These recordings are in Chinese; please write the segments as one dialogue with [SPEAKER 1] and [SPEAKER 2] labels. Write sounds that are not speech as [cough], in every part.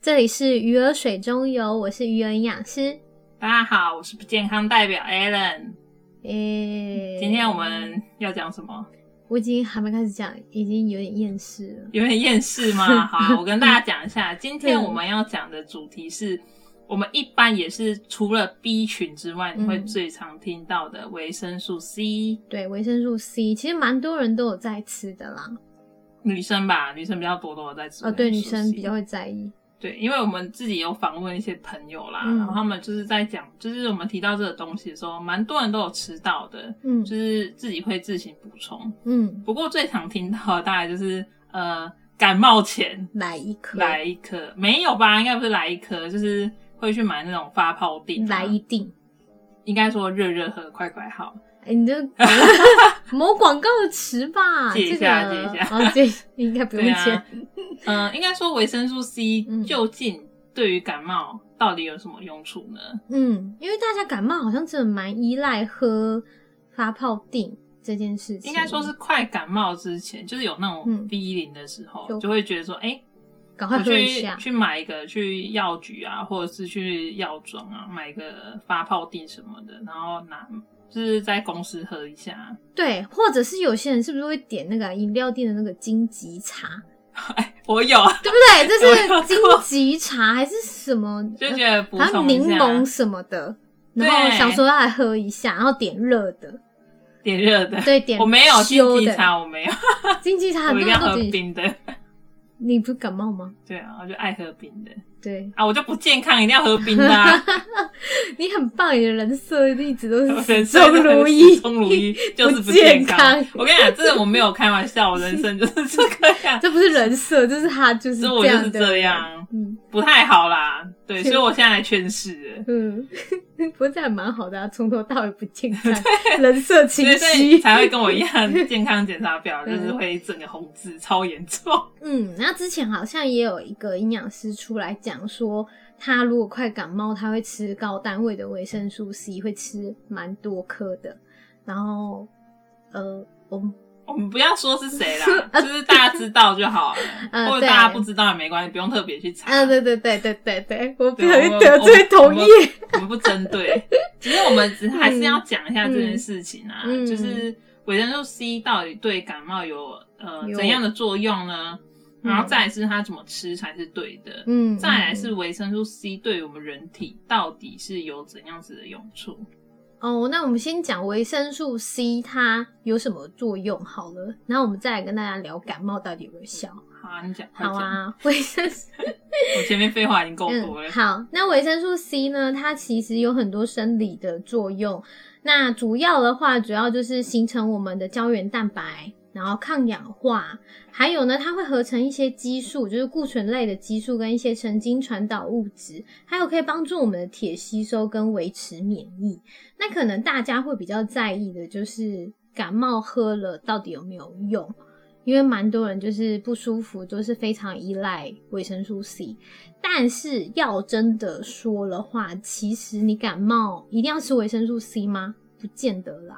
[SPEAKER 1] 这里是鱼儿水中游，我是鱼儿营养师。
[SPEAKER 2] 大家好，我是健康代表 Alan。
[SPEAKER 1] 诶、
[SPEAKER 2] 今天我们要讲什么？
[SPEAKER 1] 我已经还没开始讲，已经有点厌世了。
[SPEAKER 2] 有点厌世
[SPEAKER 1] [laughs]
[SPEAKER 2] 吗？好、啊，我跟大家讲一下，今天我们要讲的主题是我们一般也是除了 B 群之外，你会
[SPEAKER 1] 嗯
[SPEAKER 2] 最常听到的维生素 C。
[SPEAKER 1] 对，维生素 C 其实蛮多人都有在吃的啦。
[SPEAKER 2] 女生吧，女生比较多多在吃维生素 C。
[SPEAKER 1] 哦，对，女生比较会在意。
[SPEAKER 2] 对，因为我们自己有访问一些朋友啦，
[SPEAKER 1] 嗯
[SPEAKER 2] 然后他们就是在讲，就是我们提到这个东西的时候，蛮多人都有吃到的，
[SPEAKER 1] 嗯
[SPEAKER 2] 就是自己会自行补充。
[SPEAKER 1] 嗯，
[SPEAKER 2] 不过最常听到的大概就是呃，感冒前
[SPEAKER 1] 来一颗，
[SPEAKER 2] 来一颗，没有吧？应该不是来一颗，就是会去买那种发泡锭、
[SPEAKER 1] 来一，定。
[SPEAKER 2] 应该说热热喝，快快好。
[SPEAKER 1] 哎，
[SPEAKER 2] [laughs]
[SPEAKER 1] 你这某广告词吧？
[SPEAKER 2] 借一下
[SPEAKER 1] 这个
[SPEAKER 2] 借一下
[SPEAKER 1] 哦，借应该不用
[SPEAKER 2] 对啊
[SPEAKER 1] 借。， [laughs]
[SPEAKER 2] 嗯、应该说维生素 C
[SPEAKER 1] 嗯
[SPEAKER 2] 究竟对于感冒到底有什么用处呢？
[SPEAKER 1] 嗯，因为大家感冒好像真的蛮依赖喝发泡锭这件事情，
[SPEAKER 2] 应该说是快感冒之前，就是有那种
[SPEAKER 1] 嗯
[SPEAKER 2] B 零的时候，
[SPEAKER 1] 就
[SPEAKER 2] 就会觉得说，哎、
[SPEAKER 1] 赶
[SPEAKER 2] 我
[SPEAKER 1] 快喝一
[SPEAKER 2] 去
[SPEAKER 1] 下。
[SPEAKER 2] 去买一个去药局啊，或者是去药妆啊，买一个发泡锭什么的，然后拿就是在公司喝一下。
[SPEAKER 1] 对，或者是有些人是不是会点那个啊饮料店的那个荆棘茶，
[SPEAKER 2] 我有，啊，
[SPEAKER 1] 对不对？这
[SPEAKER 2] 我有
[SPEAKER 1] 是
[SPEAKER 2] 喝
[SPEAKER 1] 荆
[SPEAKER 2] 过
[SPEAKER 1] 棘茶还是什么？呃
[SPEAKER 2] 就觉得补
[SPEAKER 1] 好像
[SPEAKER 2] 充一
[SPEAKER 1] 柠
[SPEAKER 2] 下，
[SPEAKER 1] 檬什么的，然后
[SPEAKER 2] 对
[SPEAKER 1] 想说要来喝一下，然后点热的，
[SPEAKER 2] 点热的。
[SPEAKER 1] 对，点
[SPEAKER 2] 我没有
[SPEAKER 1] 修
[SPEAKER 2] 经济
[SPEAKER 1] 的啊
[SPEAKER 2] 茶，我没有，
[SPEAKER 1] 荆棘茶
[SPEAKER 2] 我
[SPEAKER 1] 很
[SPEAKER 2] 一
[SPEAKER 1] 多
[SPEAKER 2] 定要
[SPEAKER 1] 人都点，
[SPEAKER 2] 喝冰的。
[SPEAKER 1] 你不是感冒吗？
[SPEAKER 2] 对啊，我就爱喝冰的
[SPEAKER 1] 对，
[SPEAKER 2] 啊，我就不健康，一定要喝冰
[SPEAKER 1] [laughs]
[SPEAKER 2] 的、啊。
[SPEAKER 1] 你很棒，你的人设一直都是
[SPEAKER 2] 人
[SPEAKER 1] 始
[SPEAKER 2] 生
[SPEAKER 1] 终
[SPEAKER 2] 真的
[SPEAKER 1] 如
[SPEAKER 2] 是
[SPEAKER 1] 一
[SPEAKER 2] [laughs] 始，终如一就是
[SPEAKER 1] 不
[SPEAKER 2] 不
[SPEAKER 1] 健
[SPEAKER 2] 健
[SPEAKER 1] 康，
[SPEAKER 2] 康。我跟你讲，真的我没有开玩笑，我人生就是这个样
[SPEAKER 1] 这不是人设，这是他就是
[SPEAKER 2] 所以我
[SPEAKER 1] 这
[SPEAKER 2] 就
[SPEAKER 1] 样
[SPEAKER 2] 是
[SPEAKER 1] 的
[SPEAKER 2] 这
[SPEAKER 1] 人
[SPEAKER 2] 样，
[SPEAKER 1] 嗯
[SPEAKER 2] 不太好啦。对，所以我现在劝世了，
[SPEAKER 1] 嗯， [laughs] 不过这样蛮好的、啊，从头到尾不
[SPEAKER 2] [laughs]
[SPEAKER 1] 健康，人设清
[SPEAKER 2] 所以所以
[SPEAKER 1] 晰。
[SPEAKER 2] 才会跟我一样健康检查
[SPEAKER 1] [laughs]
[SPEAKER 2] 表
[SPEAKER 1] 嗯
[SPEAKER 2] 就是会整个红字超严重。 [laughs]
[SPEAKER 1] 嗯，那之前好像也有一个营养师出来讲说，他如果快感冒，他会吃高单位的维生素 C，会吃蛮多颗的。然后，呃，我们
[SPEAKER 2] 我们不要说是谁
[SPEAKER 1] [laughs]
[SPEAKER 2] 啦，就是大家知道就好
[SPEAKER 1] 嗯
[SPEAKER 2] 了，或者大家
[SPEAKER 1] 对
[SPEAKER 2] 不知道也没关系，不用特别去查。
[SPEAKER 1] 啊，对对对对对对，我不
[SPEAKER 2] 对
[SPEAKER 1] 小心
[SPEAKER 2] 我们
[SPEAKER 1] 得罪
[SPEAKER 2] 我
[SPEAKER 1] 同
[SPEAKER 2] 们
[SPEAKER 1] 业。
[SPEAKER 2] 我们不针对，其实
[SPEAKER 1] [laughs]
[SPEAKER 2] 我们只还是要讲一下这件事情啊，
[SPEAKER 1] 嗯嗯
[SPEAKER 2] 就是维生素 C 到底对感冒有呃
[SPEAKER 1] 有
[SPEAKER 2] 怎样的作用
[SPEAKER 1] 嗯
[SPEAKER 2] 呢？然后再来是它怎么吃才是对的，
[SPEAKER 1] 嗯，
[SPEAKER 2] 再来
[SPEAKER 1] 嗯
[SPEAKER 2] 是维生素 C 对我们人体到底是有怎样子的用处？
[SPEAKER 1] 哦，那我们先讲维生素 C 它有什么作用好了，然后我们再来跟大家聊感冒到底有没有效。
[SPEAKER 2] 好、啊，你讲，快
[SPEAKER 1] 好
[SPEAKER 2] 讲，
[SPEAKER 1] 啊，维生素
[SPEAKER 2] 我前面废话已经够多了
[SPEAKER 1] 嗯，。好，那维生素 C 呢？它其实有很多生理的作用。那主要的话，主要就是形成我们的胶原蛋白，然后抗氧化，还有呢，它会合成一些激素，就是固醇类的激素跟一些神经传导物质，还有可以帮助我们的铁吸收跟维持免疫。那可能大家会比较在意的就是感冒喝了到底有没有用，因为蛮多人就是不舒服都是非常依赖维生素 C。但是要真的说的话，其实你感冒一定要吃维生素 C 吗？不见得啦。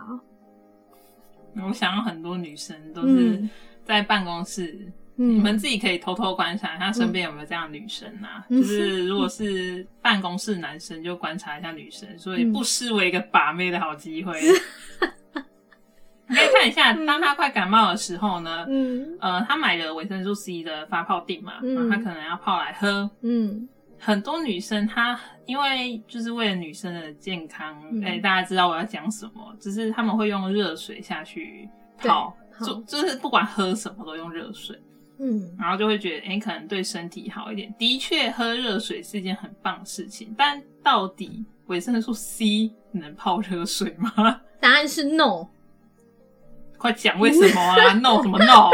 [SPEAKER 2] 我想到很多女生都是
[SPEAKER 1] 嗯
[SPEAKER 2] 在办公室，
[SPEAKER 1] 嗯
[SPEAKER 2] 你们自己可以偷偷观察一下身边有没有这样的女生啊，
[SPEAKER 1] 嗯
[SPEAKER 2] 就是如果是办公室男生，就观察一下女生，所
[SPEAKER 1] 嗯
[SPEAKER 2] 以不失为一个把妹的好机会。 [laughs] 你可以看一下，当他快感冒的时候呢，
[SPEAKER 1] 嗯
[SPEAKER 2] 呃，他买了维生素 C 的发泡锭嘛，
[SPEAKER 1] 嗯
[SPEAKER 2] 然后他可能要泡来喝。
[SPEAKER 1] 嗯
[SPEAKER 2] 很多女生她因为就是为了女生的健康，哎、
[SPEAKER 1] 嗯
[SPEAKER 2] 大家知道我要讲什么，只是他们会用热水下去泡，
[SPEAKER 1] 对
[SPEAKER 2] 就
[SPEAKER 1] 泡
[SPEAKER 2] 就是不管喝什么都用热水。
[SPEAKER 1] 嗯
[SPEAKER 2] 然后就会觉得，哎、可能对身体好一点。的确，喝热水是一件很棒的事情，但到底维生素 C 能泡热水吗？ [laughs]
[SPEAKER 1] 答案是 no。
[SPEAKER 2] 快讲为什么啊
[SPEAKER 1] [laughs]
[SPEAKER 2] ？No 什么 No？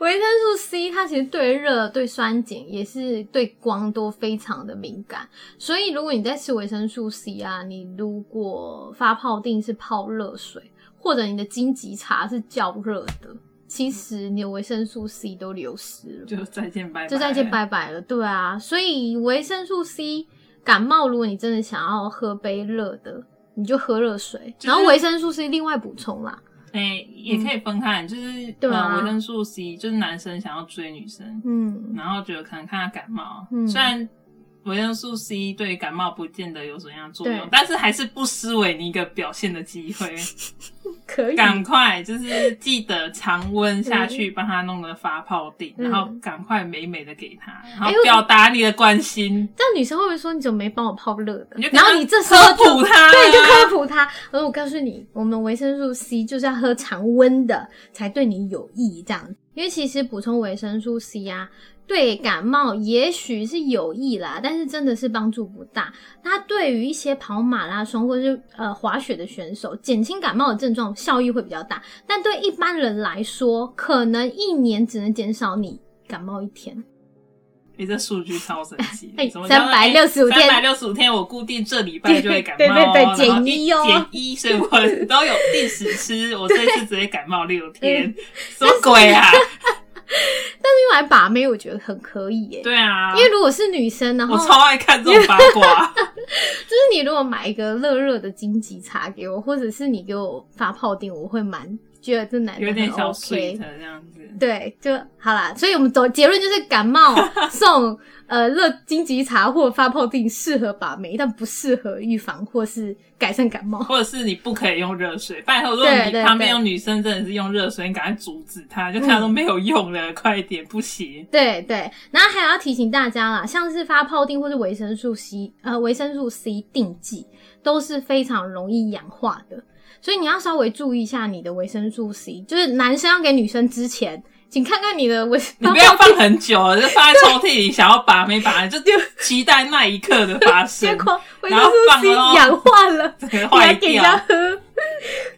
[SPEAKER 1] 维生素 C 它其实对热、对酸碱，也是对光都非常的敏感。所以如果你在吃维生素 C 啊，你如果发泡定是泡热水，或者你的荆棘茶是较热的，其实你的维生素 C 都流失了。
[SPEAKER 2] 就再见拜拜，
[SPEAKER 1] 就再见。拜拜了。对啊，所以维生素 C 感冒，如果你真的想要喝杯热的，你就喝热水，
[SPEAKER 2] 就是
[SPEAKER 1] 然后维生素 C 另外补充啦。
[SPEAKER 2] 诶、哎也可以分看，就是
[SPEAKER 1] 嗯对啊
[SPEAKER 2] 呃维生素 C，就是男生想要追女生，
[SPEAKER 1] 嗯
[SPEAKER 2] 然后就看看他感冒。
[SPEAKER 1] 嗯
[SPEAKER 2] 虽然维生素 C 对感冒不见得有什么样的作用
[SPEAKER 1] 对，
[SPEAKER 2] 但是还是不失为你一个表现的机
[SPEAKER 1] [laughs]
[SPEAKER 2] 会。
[SPEAKER 1] 可以，
[SPEAKER 2] 赶快就是记得常温下去，帮他弄个发泡定，
[SPEAKER 1] 嗯
[SPEAKER 2] 然后赶快美美的给他，然后
[SPEAKER 1] 哎我
[SPEAKER 2] 表达你的关心。
[SPEAKER 1] 这样女生会不会说你怎么没帮我泡热的
[SPEAKER 2] 你就？跟
[SPEAKER 1] 呃然后
[SPEAKER 2] 她
[SPEAKER 1] 你这时候就
[SPEAKER 2] 科普
[SPEAKER 1] [laughs]
[SPEAKER 2] 她
[SPEAKER 1] 对，你就科普她。而我告诉你，我们维生素 C 就是要喝常温的才对你有益，这样。因为其实补充维生素 C 啊，对感冒也许是有益啦，但是真的是帮助不大。它对于一些跑马拉松或是呃滑雪的选手，减轻感冒的症状效益会比较大，但对一般人来说，可能一年只能减少你感冒一天。
[SPEAKER 2] 你哎这数据超神奇
[SPEAKER 1] 哎，365
[SPEAKER 2] 哎三
[SPEAKER 1] 天
[SPEAKER 2] 百六十五天，我固定这礼拜就会感冒、
[SPEAKER 1] 对
[SPEAKER 2] 哦，
[SPEAKER 1] 对对
[SPEAKER 2] 然后
[SPEAKER 1] 减一哦
[SPEAKER 2] 减一，所
[SPEAKER 1] [laughs]
[SPEAKER 2] 以我都有定时吃。我这次直接感冒六天，
[SPEAKER 1] [laughs]
[SPEAKER 2] 什么鬼啊？
[SPEAKER 1] 用来把妹，我觉得很可以耶、
[SPEAKER 2] 对啊，
[SPEAKER 1] 因为如果是女生，然后
[SPEAKER 2] 我
[SPEAKER 1] 就
[SPEAKER 2] 超爱看这种八卦。
[SPEAKER 1] 是你如果买一个热热的金桔茶给我，或者是你给我发泡丁，我会蛮觉得这男的
[SPEAKER 2] [laughs] 有点
[SPEAKER 1] 很
[SPEAKER 2] 小 sweet
[SPEAKER 1] [laughs] OK。
[SPEAKER 2] 这样子。
[SPEAKER 1] 对，就好啦。所以我们总结论就是，感冒送呃热金桔茶或发泡定适合把妹，但不适合预防或是改善感冒。
[SPEAKER 2] 或者是你不可以用热水，拜托，如果
[SPEAKER 1] 对对
[SPEAKER 2] 你旁边
[SPEAKER 1] 对
[SPEAKER 2] 有女生真的是用热水，你赶快阻止她，就她说没有用
[SPEAKER 1] [laughs]
[SPEAKER 2] 了，快一点，不行。
[SPEAKER 1] 对对，然后还要提醒大家啦，像是发泡定或是维生素 C，呃，维生素 C 定剂都是非常容易氧化的，所以你要稍微注意一下你的维生素 C，就是男生要给女生之前，请看看你的维
[SPEAKER 2] 你 [laughs] 不要放很久了，就放在抽屉里，想要拔没拔，就期待那一刻的发
[SPEAKER 1] 结 [laughs]
[SPEAKER 2] 生，
[SPEAKER 1] 果维生
[SPEAKER 2] 然后
[SPEAKER 1] 素
[SPEAKER 2] 放哦
[SPEAKER 1] C
[SPEAKER 2] 咯
[SPEAKER 1] 氧化
[SPEAKER 2] [laughs]
[SPEAKER 1] 了，
[SPEAKER 2] 整个
[SPEAKER 1] 你还
[SPEAKER 2] 坏
[SPEAKER 1] 给人
[SPEAKER 2] 掉，
[SPEAKER 1] 家 [laughs] 喝，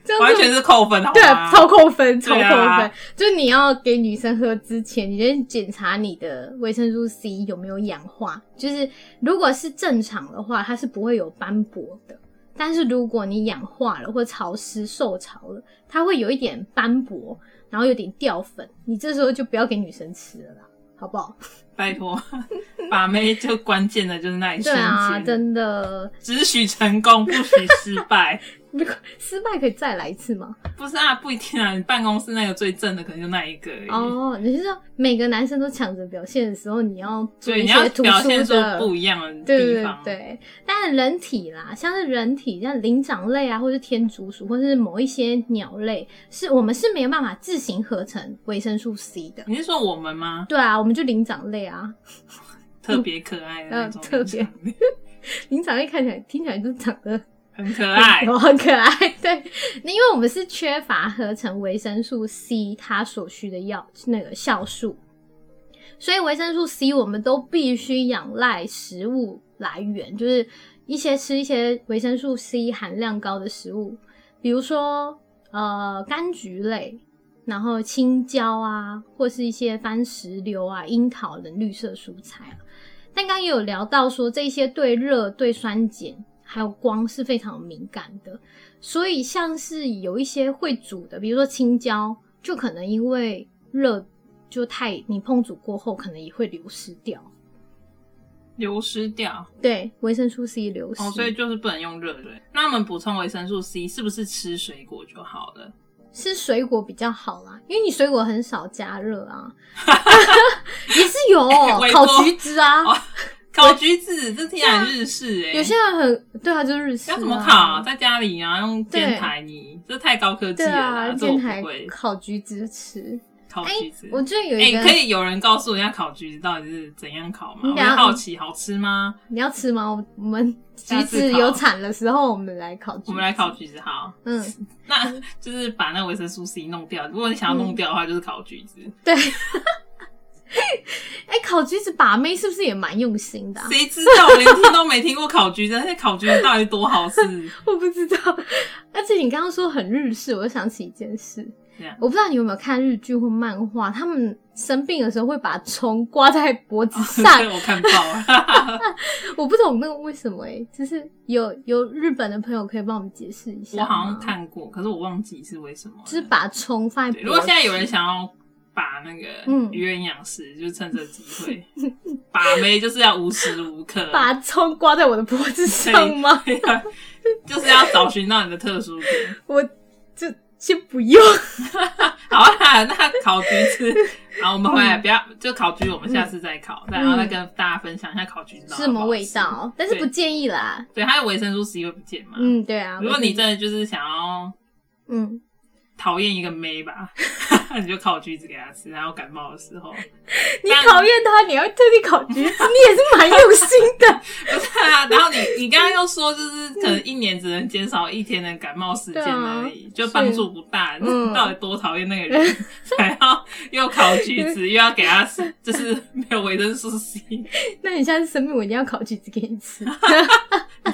[SPEAKER 1] 这样
[SPEAKER 2] 完
[SPEAKER 1] 子
[SPEAKER 2] 全是扣分，
[SPEAKER 1] [laughs]
[SPEAKER 2] 好
[SPEAKER 1] 对，啊
[SPEAKER 2] 吗？
[SPEAKER 1] 超扣分，超扣
[SPEAKER 2] 啊对
[SPEAKER 1] 分。
[SPEAKER 2] 啊
[SPEAKER 1] 就你要给女生喝之前，你先检查你的维生素 C 有没有氧化。就是如果是正常的话，它是不会有斑驳的。但是如果你氧化了或潮湿受潮了，它会有一点斑驳，然后有点掉粉。你这时候就不要给女生吃了啦，好不好？
[SPEAKER 2] 拜托，把妹就关键的就是那一
[SPEAKER 1] 对
[SPEAKER 2] 瞬
[SPEAKER 1] 啊，
[SPEAKER 2] 间，
[SPEAKER 1] 真的， [laughs]
[SPEAKER 2] 只许成功，不许失败。
[SPEAKER 1] 失败可以再来一次吗？
[SPEAKER 2] 不是啊，不一定啊，你办公室那个最正的可能就那一个而已。
[SPEAKER 1] 哦，你是说每个男生都抢着表现的时候，你要做
[SPEAKER 2] 对，
[SPEAKER 1] 一
[SPEAKER 2] 你要
[SPEAKER 1] 些突
[SPEAKER 2] 表
[SPEAKER 1] 出
[SPEAKER 2] 现出
[SPEAKER 1] 的
[SPEAKER 2] 不一样的
[SPEAKER 1] 对
[SPEAKER 2] 地
[SPEAKER 1] 对
[SPEAKER 2] 方。
[SPEAKER 1] 对，但人体啦，像是人体像灵长类啊，或是天竺鼠，或是某一些鸟类，是我们是没有办法自行合成维生素 C 的。
[SPEAKER 2] 你是说我们吗？
[SPEAKER 1] 对啊，我们就灵长类啊，
[SPEAKER 2] 特别可爱的那
[SPEAKER 1] 嗯
[SPEAKER 2] 种
[SPEAKER 1] 特别 [laughs]
[SPEAKER 2] 人长得
[SPEAKER 1] 灵长类看起来听起来就长得
[SPEAKER 2] 很
[SPEAKER 1] [laughs]
[SPEAKER 2] 可爱。
[SPEAKER 1] 有很可爱。对，那因为我们是缺乏合成维生素 C 它所需的药那个酵素，所以维生素 C 我们都必须仰赖食物来源，就是一些吃一些维生素 C 含量高的食物，比如说呃柑橘类。然后青椒啊，或是一些番石榴啊、樱桃等绿色蔬菜啊，但刚刚也有聊到说，这些对热、对酸碱还有光是非常敏感的，所以像是有一些会煮的，比如说青椒，就可能因为热就太你烹煮过后，可能也会流失掉。
[SPEAKER 2] 流失掉
[SPEAKER 1] 对，维生素 C 流失，
[SPEAKER 2] 哦，
[SPEAKER 1] [laughs]
[SPEAKER 2] 所以就是不能用热水。那我们补充维生素 C 是不是吃水果就好了？
[SPEAKER 1] 吃水果比较好啦，因为你水果很少加热啊，也是有
[SPEAKER 2] [laughs] 微波
[SPEAKER 1] 烤橘子啊，
[SPEAKER 2] 哦烤橘子，这听起来很日式哎、
[SPEAKER 1] 有些人很对啊，就是日式、啊，
[SPEAKER 2] 要怎么烤啊、在家里啊，用电台泥，这太高科技
[SPEAKER 1] 对
[SPEAKER 2] 了
[SPEAKER 1] 啊，
[SPEAKER 2] 啦，这我
[SPEAKER 1] 电台
[SPEAKER 2] 不会。
[SPEAKER 1] 烤橘子吃。
[SPEAKER 2] 烤
[SPEAKER 1] 哎
[SPEAKER 2] 橘子，
[SPEAKER 1] 我最近有一
[SPEAKER 2] 哎、
[SPEAKER 1] 个，
[SPEAKER 2] 可以有人告诉人家烤橘子到底是怎样烤吗？
[SPEAKER 1] 你
[SPEAKER 2] 我
[SPEAKER 1] 等下
[SPEAKER 2] 很好奇，好吃吗？
[SPEAKER 1] 你要吃吗？我我们橘
[SPEAKER 2] 下
[SPEAKER 1] 子
[SPEAKER 2] 次烤
[SPEAKER 1] 有产的时候，我们来烤橘子。
[SPEAKER 2] 我们来烤。橘子好，
[SPEAKER 1] 嗯，
[SPEAKER 2] 那就是把那维生素 C 弄掉。如果你想要弄掉的话，就是烤橘子。
[SPEAKER 1] 对。哎、烤橘子把妹是不是也蛮用心的啊、
[SPEAKER 2] 谁知道？我连听都没听过烤橘子，那烤橘子到底多
[SPEAKER 1] [laughs]
[SPEAKER 2] 好吃？
[SPEAKER 1] 我不知道。而且你刚刚说很日式，我就想起一件事
[SPEAKER 2] 这样。
[SPEAKER 1] 我不知道你有没有看日剧或漫画，他们生病的时候会把虫挂在脖子上
[SPEAKER 2] 哦对，，我
[SPEAKER 1] [laughs]
[SPEAKER 2] 看爆
[SPEAKER 1] 啊
[SPEAKER 2] 了。
[SPEAKER 1] 我不懂那个为什么哎、就是有有日本的朋友可以帮我们解释一下吗
[SPEAKER 2] 我好像，看过，可是我忘记是为什么了。
[SPEAKER 1] 就是把虫放在脖
[SPEAKER 2] 对
[SPEAKER 1] 子。
[SPEAKER 2] 如果现在有人想要把那个
[SPEAKER 1] 嗯
[SPEAKER 2] 鱼鸳鸯食，就趁这机会
[SPEAKER 1] [laughs]
[SPEAKER 2] 把妹，就是要无时无刻，啊
[SPEAKER 1] 把葱挂在我的脖子上吗？
[SPEAKER 2] 对就是要找寻到你的特殊点。
[SPEAKER 1] 我这先不用。
[SPEAKER 2] 好啊，那烤橘子，好，我们回
[SPEAKER 1] 嗯
[SPEAKER 2] 来不要就烤橘，我们下次再烤，再然后再跟大家分享一下烤橘子
[SPEAKER 1] 什么味
[SPEAKER 2] 好不好
[SPEAKER 1] 道
[SPEAKER 2] 吃，
[SPEAKER 1] 但是不建议啦。
[SPEAKER 2] 对，它的维生素 C 会不见嘛？
[SPEAKER 1] 嗯，对啊。
[SPEAKER 2] 如果你
[SPEAKER 1] 这，
[SPEAKER 2] 真的就是想要
[SPEAKER 1] 嗯，
[SPEAKER 2] 讨厌一个妹吧， [laughs] 你就烤橘子给她吃，然后感冒的时候，
[SPEAKER 1] 你
[SPEAKER 2] 但
[SPEAKER 1] 讨厌他，你还特地
[SPEAKER 2] [laughs]
[SPEAKER 1] 考橘子，你也是蛮用心的。 [laughs]
[SPEAKER 2] 不是啊，然后你你刚刚又说，就是可能一年只能减少一天的感冒时间而已，就帮助不大。
[SPEAKER 1] 啊嗯
[SPEAKER 2] 你到底多讨厌那
[SPEAKER 1] [laughs]
[SPEAKER 2] 个人，才要又烤橘子，又要给他吃，就是没有维生素 C，
[SPEAKER 1] 那你下次生病，我一定要烤橘子给你
[SPEAKER 2] [laughs]
[SPEAKER 1] 吃，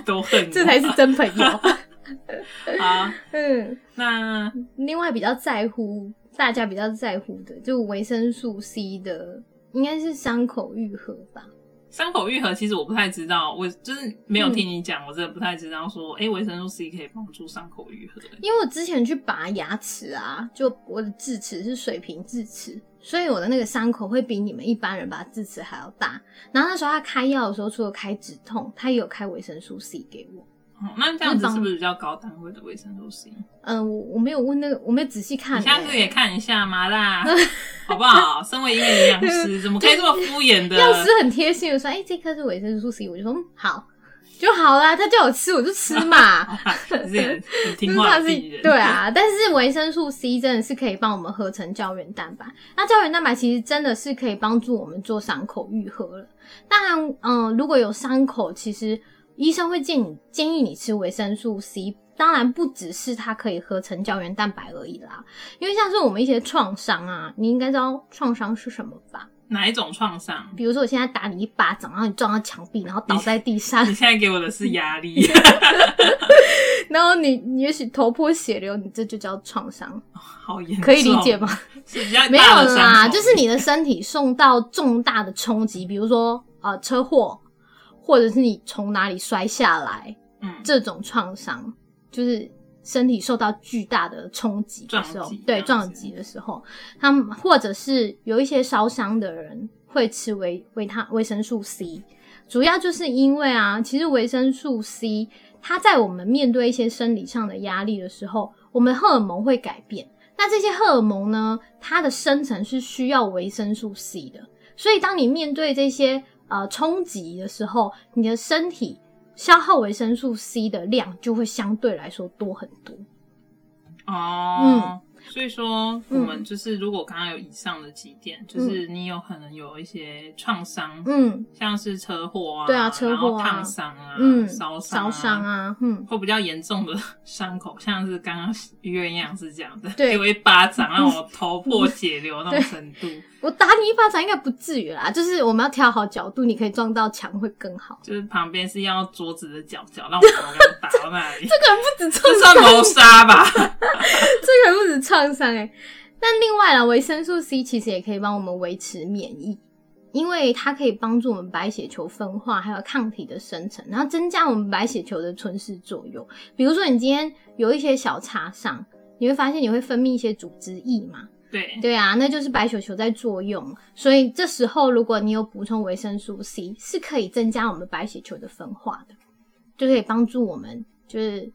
[SPEAKER 2] 多恨
[SPEAKER 1] [laughs]
[SPEAKER 2] 我
[SPEAKER 1] 这才是真朋友。 [laughs]
[SPEAKER 2] 好。
[SPEAKER 1] 嗯，
[SPEAKER 2] 那
[SPEAKER 1] 另外比较在乎，大家比较在乎的，就维生素 C 的，应该是伤口愈合吧。
[SPEAKER 2] 伤口愈合，其实我不太知道，我就是没有听你讲，我真的不太知道说，哎、维生素 C 可以帮助伤口愈合、欸
[SPEAKER 1] 因为我之前去拔牙齿啊，就我的智齿是水平智齿，所以我的那个伤口会比你们一般人拔智齿还要大。然后那时候他开药的时候，除了开止痛，他也有开维生素 C 给我。
[SPEAKER 2] 哦那这样子
[SPEAKER 1] 那帮
[SPEAKER 2] 是不是比较高单位的维生素 C？你
[SPEAKER 1] 嗯、我我没有问那个，我没有仔细看、
[SPEAKER 2] 下次也
[SPEAKER 1] 欸。
[SPEAKER 2] 看一下嘛
[SPEAKER 1] [laughs]
[SPEAKER 2] 啦，好不好？身为一个营养师，怎么可以啊这么敷衍的？
[SPEAKER 1] 药师很贴心的说：“哎、这颗是维生素 C。”我就说：“嗯，好，就好啦。”他叫我吃，我就吃嘛。
[SPEAKER 2] 你是
[SPEAKER 1] [laughs]
[SPEAKER 2] 很很
[SPEAKER 1] 就
[SPEAKER 2] 听
[SPEAKER 1] 是
[SPEAKER 2] 话
[SPEAKER 1] 它
[SPEAKER 2] 的
[SPEAKER 1] 是
[SPEAKER 2] 病人，
[SPEAKER 1] 对，啊， [laughs] 但是维生素 C 真的是可以帮我们合成胶原蛋白。那胶原蛋白其实真的是可以帮助我们做伤口愈合了。当然，嗯，如果有伤口，其实医生会建议建议你吃维生素 C。当然，不只是它可以合成胶原蛋白而已啦，因为像是我们一些创伤啊，你应该知道创伤是什么吧？
[SPEAKER 2] 哪一种创伤？
[SPEAKER 1] 比如说我现在打你一巴掌，然后你撞到墙壁，然后倒在地上
[SPEAKER 2] 你，现在给我的是压
[SPEAKER 1] [laughs]
[SPEAKER 2] 力，
[SPEAKER 1] 然后你你也许头破血流，你这就叫创伤，
[SPEAKER 2] 好严重，
[SPEAKER 1] 可以理解吗？？
[SPEAKER 2] 是比较
[SPEAKER 1] 没有
[SPEAKER 2] 大的
[SPEAKER 1] 啦，
[SPEAKER 2] 伤口
[SPEAKER 1] 就是你的身体受到重大的冲击，比如说呃车祸，或者是你从哪里摔下来，
[SPEAKER 2] 嗯，
[SPEAKER 1] 这种创伤，就是身体受到巨大的冲击的时候
[SPEAKER 2] 撞击，
[SPEAKER 1] 对
[SPEAKER 2] 这样子
[SPEAKER 1] 撞击的时候，他们或者是有一些烧伤的人会吃维维他维生素 C，主要就是因为啊，其实维生素 C 它在我们面对一些生理上的压力的时候，我们荷尔蒙会改变。那这些荷尔蒙呢，它的生成是需要维生素 C 的，所以当你面对这些呃冲击的时候，你的身体消耗维生素 C 的量就会相对来说多很多。
[SPEAKER 2] 哦。所以说，我
[SPEAKER 1] 嗯
[SPEAKER 2] 们就是如果刚刚有以上的几点，就是你有可能有一些创伤，
[SPEAKER 1] 嗯
[SPEAKER 2] 像是车祸啊，
[SPEAKER 1] 对啊车祸啊
[SPEAKER 2] 然后烫伤啊，
[SPEAKER 1] 嗯，烧
[SPEAKER 2] 烧
[SPEAKER 1] 伤
[SPEAKER 2] 伤，
[SPEAKER 1] 啊，嗯，
[SPEAKER 2] 或比较严重的 [laughs] 伤口，像是刚刚医院营养师讲的，
[SPEAKER 1] 对
[SPEAKER 2] 给我一巴掌让我头破血流那种程度，
[SPEAKER 1] 我打你一巴掌应该不至于啦，就是我们要调好角度，你可以撞到墙会更好。
[SPEAKER 2] 就是旁边是要桌子的角角，让我头给我打到那
[SPEAKER 1] [laughs]
[SPEAKER 2] 里，
[SPEAKER 1] 这个人不止创
[SPEAKER 2] [laughs] 这算谋杀吧？
[SPEAKER 1] 这个人不止创伤哎。但另外啦，维生素 C 其实也可以帮我们维持免疫，因为它可以帮助我们白血球分化，还有抗体的生成，然后增加我们白血球的吞噬作用。比如说，你今天有一些小擦伤，你会发现你会分泌一些组织液嘛，
[SPEAKER 2] 对，
[SPEAKER 1] 对啊，那就是白血球在作用，所以这时候如果你有补充维生素 C，是可以增加我们白血球的分化的，就可以帮助我们就是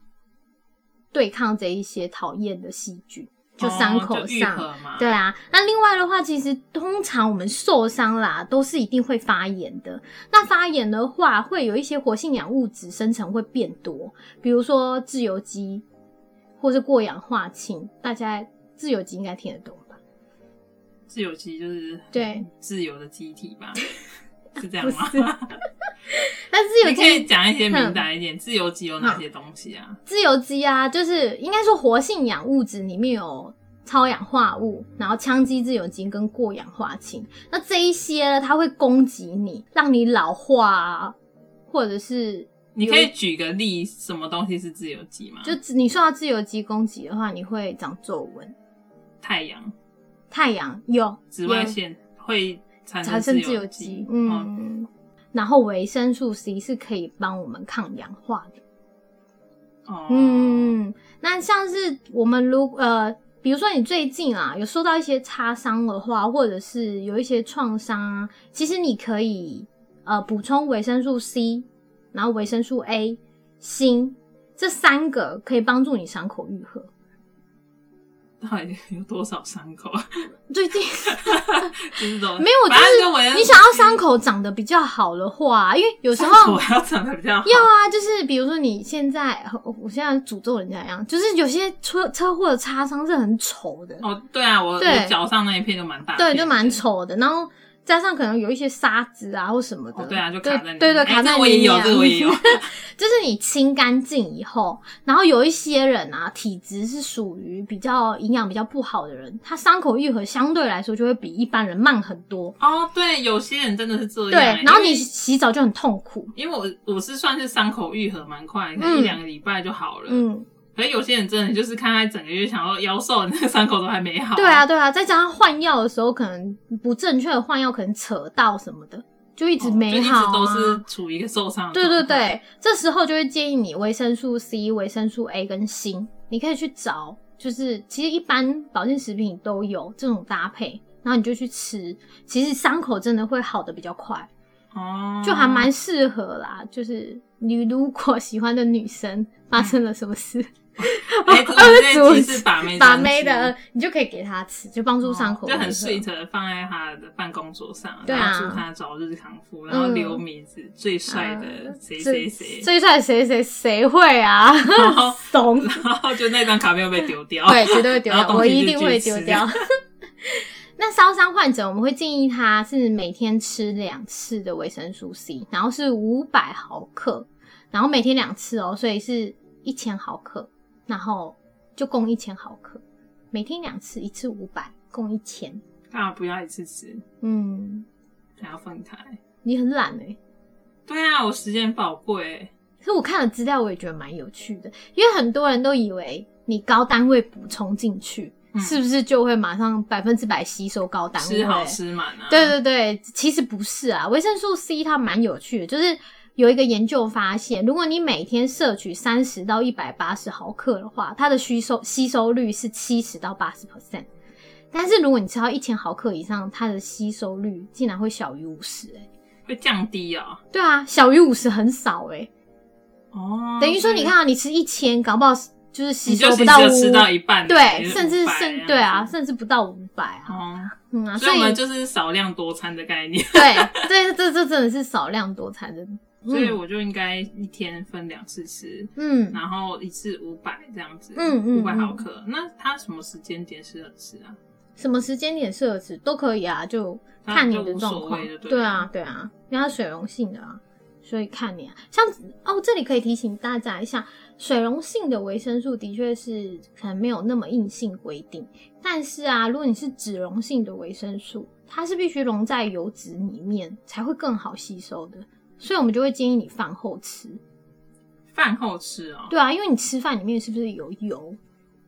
[SPEAKER 1] 对抗这一些讨厌的细菌， [laughs] 就伤
[SPEAKER 2] 哦
[SPEAKER 1] 口
[SPEAKER 2] 就愈
[SPEAKER 1] 上。
[SPEAKER 2] 合嘛，
[SPEAKER 1] 对啊，那另外的话，其实通常我们受伤啦，都是一定会发炎的。那发炎的话，会有一些活性氧物质生成会变多，比如说自由基或是过氧化氢，大家自由基应该听得懂吧？
[SPEAKER 2] 自由基就是
[SPEAKER 1] 对
[SPEAKER 2] 自由的机体
[SPEAKER 1] [laughs]
[SPEAKER 2] 吧，是这样
[SPEAKER 1] 不
[SPEAKER 2] 吗？
[SPEAKER 1] 是但自由
[SPEAKER 2] 你可以
[SPEAKER 1] 基，
[SPEAKER 2] 讲一些明白一点，自由基有哪些东西啊？
[SPEAKER 1] 自由基啊，就是应该说活性氧物质里面有超氧化物，然后羟基自由基跟过氧化氢。那这一些呢，它会攻击你，让你老化啊，或者是
[SPEAKER 2] 你可以举个例，什么东西是自由基吗？
[SPEAKER 1] 就自你受到自由基攻击的话，你会长皱纹。
[SPEAKER 2] 太阳、
[SPEAKER 1] 太阳有
[SPEAKER 2] 紫外
[SPEAKER 1] 有
[SPEAKER 2] 线会产
[SPEAKER 1] 产
[SPEAKER 2] 生
[SPEAKER 1] 生
[SPEAKER 2] 自
[SPEAKER 1] 自由
[SPEAKER 2] 基
[SPEAKER 1] 基，，
[SPEAKER 2] 哦，
[SPEAKER 1] 嗯，然后维生素 C 是可以帮我们抗氧化的。
[SPEAKER 2] 哦，
[SPEAKER 1] 嗯，那像是我们如呃，比如说你最近啊有受到一些擦伤的话，或者是有一些创伤啊，其实你可以呃补充维生素 C，然后维生素 A、锌这三个可以帮助你伤口愈合。
[SPEAKER 2] 到底有多少伤口？ [laughs]
[SPEAKER 1] 最近
[SPEAKER 2] 就是都
[SPEAKER 1] 没有，
[SPEAKER 2] 反正跟
[SPEAKER 1] 就
[SPEAKER 2] 我
[SPEAKER 1] 是你想要伤口长得比较好的话，因为有时候
[SPEAKER 2] [laughs] 我要长得比较好，
[SPEAKER 1] 要啊，就是比如说你现在，我我现在诅咒人家一样，就是有些车车祸的擦伤是很丑的，
[SPEAKER 2] 哦，对啊，我
[SPEAKER 1] 对
[SPEAKER 2] 我脚上那一片就蛮大片的，
[SPEAKER 1] 对，就蛮丑的，然后。加上可能有一些沙子啊或什么的，
[SPEAKER 2] 哦，对啊，就卡在
[SPEAKER 1] 对
[SPEAKER 2] 你
[SPEAKER 1] 对对，
[SPEAKER 2] 哎
[SPEAKER 1] 卡
[SPEAKER 2] 这
[SPEAKER 1] 在
[SPEAKER 2] 个我也
[SPEAKER 1] 里
[SPEAKER 2] 有，
[SPEAKER 1] 面
[SPEAKER 2] 这个我也有，
[SPEAKER 1] [laughs] 就是你清干净以后，然后有一些人啊，体质是属于比较营养比较不好的人，他伤口愈合相对来说就会比一般人慢很多。
[SPEAKER 2] 哦，对，有些人真的是这样
[SPEAKER 1] 对
[SPEAKER 2] 欸，，
[SPEAKER 1] 然后
[SPEAKER 2] 因
[SPEAKER 1] 你
[SPEAKER 2] 为
[SPEAKER 1] 洗澡就很痛苦。
[SPEAKER 2] 因为我我是算是伤口愈合蛮快，
[SPEAKER 1] 嗯
[SPEAKER 2] 可能一两个礼拜就好了。
[SPEAKER 1] 嗯，
[SPEAKER 2] 可是有些人真的就是看他整个月想要腰瘦，你那个伤口都还没好。
[SPEAKER 1] 对啊，，对啊，再加上换药的时候，可能不正确的换药，可能扯到什么的，就一
[SPEAKER 2] 一
[SPEAKER 1] 直没好、啊
[SPEAKER 2] 哦就一直都是处于一个受伤。
[SPEAKER 1] 对对，对，这时候就会建议你维生素 C、维生素 A 跟锌，你可以去找，就是其实一般保健食品都有这种搭配，然后你就去吃，其实伤口真的会好的比较快，
[SPEAKER 2] 哦，
[SPEAKER 1] 就还蛮适合啦。就是你如果喜欢的女生发生了什么事，[laughs]
[SPEAKER 2] 哎，我们这一集是把妹
[SPEAKER 1] 把
[SPEAKER 2] 专
[SPEAKER 1] 妹
[SPEAKER 2] 区
[SPEAKER 1] 的，你就可以给她吃，就帮助伤口
[SPEAKER 2] 哦
[SPEAKER 1] 愈合、
[SPEAKER 2] 就很 sweet 的放在他的办公桌上，
[SPEAKER 1] 对啊
[SPEAKER 2] 然后祝他早日康复，然后留名字最帅的谁谁谁，
[SPEAKER 1] 啊最帅谁谁谁会
[SPEAKER 2] [laughs]
[SPEAKER 1] 啊？
[SPEAKER 2] 后
[SPEAKER 1] 怂。
[SPEAKER 2] 然后就那张卡片会被丢掉。
[SPEAKER 1] 对，绝对会丢
[SPEAKER 2] 哦然
[SPEAKER 1] 掉，
[SPEAKER 2] 后
[SPEAKER 1] 我
[SPEAKER 2] 东西
[SPEAKER 1] 一
[SPEAKER 2] 就
[SPEAKER 1] 定
[SPEAKER 2] 去
[SPEAKER 1] 会
[SPEAKER 2] 吃
[SPEAKER 1] 丢掉。 [laughs] 那烧伤患者，我们会建议他是每天吃两次的维生素 C，然后是五百毫克，然后每天两次哦，所以是一千毫克，然后就共一千毫克，每天两次，一次五百，共一千。
[SPEAKER 2] 干啊嘛不要一次吃，
[SPEAKER 1] 嗯，
[SPEAKER 2] 还要分开？
[SPEAKER 1] 你很懒哎、
[SPEAKER 2] 对啊，我时间宝贵，
[SPEAKER 1] 可是我看了资料，我也觉得蛮有趣的，因为很多人都以为你高单位补充进去，
[SPEAKER 2] 嗯
[SPEAKER 1] 是不是就会马上百分之百吸收高单位？
[SPEAKER 2] 吃好吃满啊。
[SPEAKER 1] 对对对，其实不是啊，维生素 C 它蛮有趣的，就是有一个研究发现，如果你每天摄取三十到一百八十毫克的话，它的吸收吸收率是七十到八十 percent。但是如果你吃到一千毫克以上，它的吸收率竟然会小于五十、欸，
[SPEAKER 2] 会降低啊、
[SPEAKER 1] 对啊，小于五十很少哎、
[SPEAKER 2] 哦。
[SPEAKER 1] 等于说你看、啊、你吃一千，搞不好就是吸
[SPEAKER 2] 你就
[SPEAKER 1] 收
[SPEAKER 2] 是
[SPEAKER 1] 不到
[SPEAKER 2] 只有
[SPEAKER 1] 五
[SPEAKER 2] 吃到一半，
[SPEAKER 1] 对，
[SPEAKER 2] 就是
[SPEAKER 1] 甚至甚
[SPEAKER 2] 500这样子
[SPEAKER 1] 对啊，。甚至不到五百啊，
[SPEAKER 2] 哦，
[SPEAKER 1] 嗯啊，
[SPEAKER 2] 所以我们就是少量多餐的概念，
[SPEAKER 1] [laughs] 对，这这这真的是少量多餐的，嗯
[SPEAKER 2] [laughs] 所以我就应该一天分两次吃，
[SPEAKER 1] 嗯，
[SPEAKER 2] 然后一次五百这样子，
[SPEAKER 1] 嗯嗯
[SPEAKER 2] 五百
[SPEAKER 1] 嗯
[SPEAKER 2] 毫克。那它什么时间点适合吃啊？
[SPEAKER 1] 什么时间点适合吃都可以啊，就看你的状况
[SPEAKER 2] 那嗯就无所谓就。对了
[SPEAKER 1] 对啊，对啊，因为它水溶性的啊，所以看你啊。像哦，这里可以提醒大家一下，水溶性的维生素的确是可能没有那么硬性规定，但是啊，如果你是脂溶性的维生素，它是必须溶在油脂里面才会更好吸收的，所以我们就会建议你饭后吃。
[SPEAKER 2] 饭后吃哦，
[SPEAKER 1] 对啊，因为你吃饭里面是不是有油？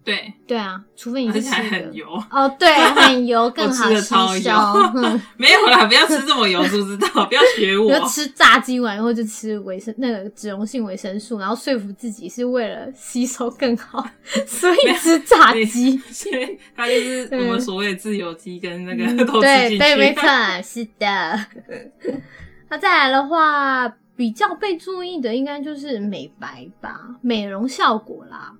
[SPEAKER 2] 对，
[SPEAKER 1] 对啊，除非你
[SPEAKER 2] 而
[SPEAKER 1] 是
[SPEAKER 2] 且
[SPEAKER 1] 吃
[SPEAKER 2] 还
[SPEAKER 1] 的
[SPEAKER 2] 很油，
[SPEAKER 1] 哦，对，很油
[SPEAKER 2] [laughs]
[SPEAKER 1] 更好
[SPEAKER 2] 吃的
[SPEAKER 1] 吸
[SPEAKER 2] 超
[SPEAKER 1] 收
[SPEAKER 2] 油。 [laughs]
[SPEAKER 1] 嗯
[SPEAKER 2] 没有啦，不要吃这么油，知不知
[SPEAKER 1] [laughs]
[SPEAKER 2] 道？不要学
[SPEAKER 1] 比
[SPEAKER 2] 我
[SPEAKER 1] 如。吃炸鸡完以后就吃维生那个脂溶性维生素，然后说服自己是为了吸收更好， [laughs] 所以吃炸鸡。
[SPEAKER 2] 所以它就是我们所谓的自由基跟那个都吃
[SPEAKER 1] 嗯对
[SPEAKER 2] 进
[SPEAKER 1] 对，
[SPEAKER 2] [laughs]
[SPEAKER 1] 没错
[SPEAKER 2] 去。，
[SPEAKER 1] 是的。那再来的话，比较被注意的应该就是美白吧，美容效果啦。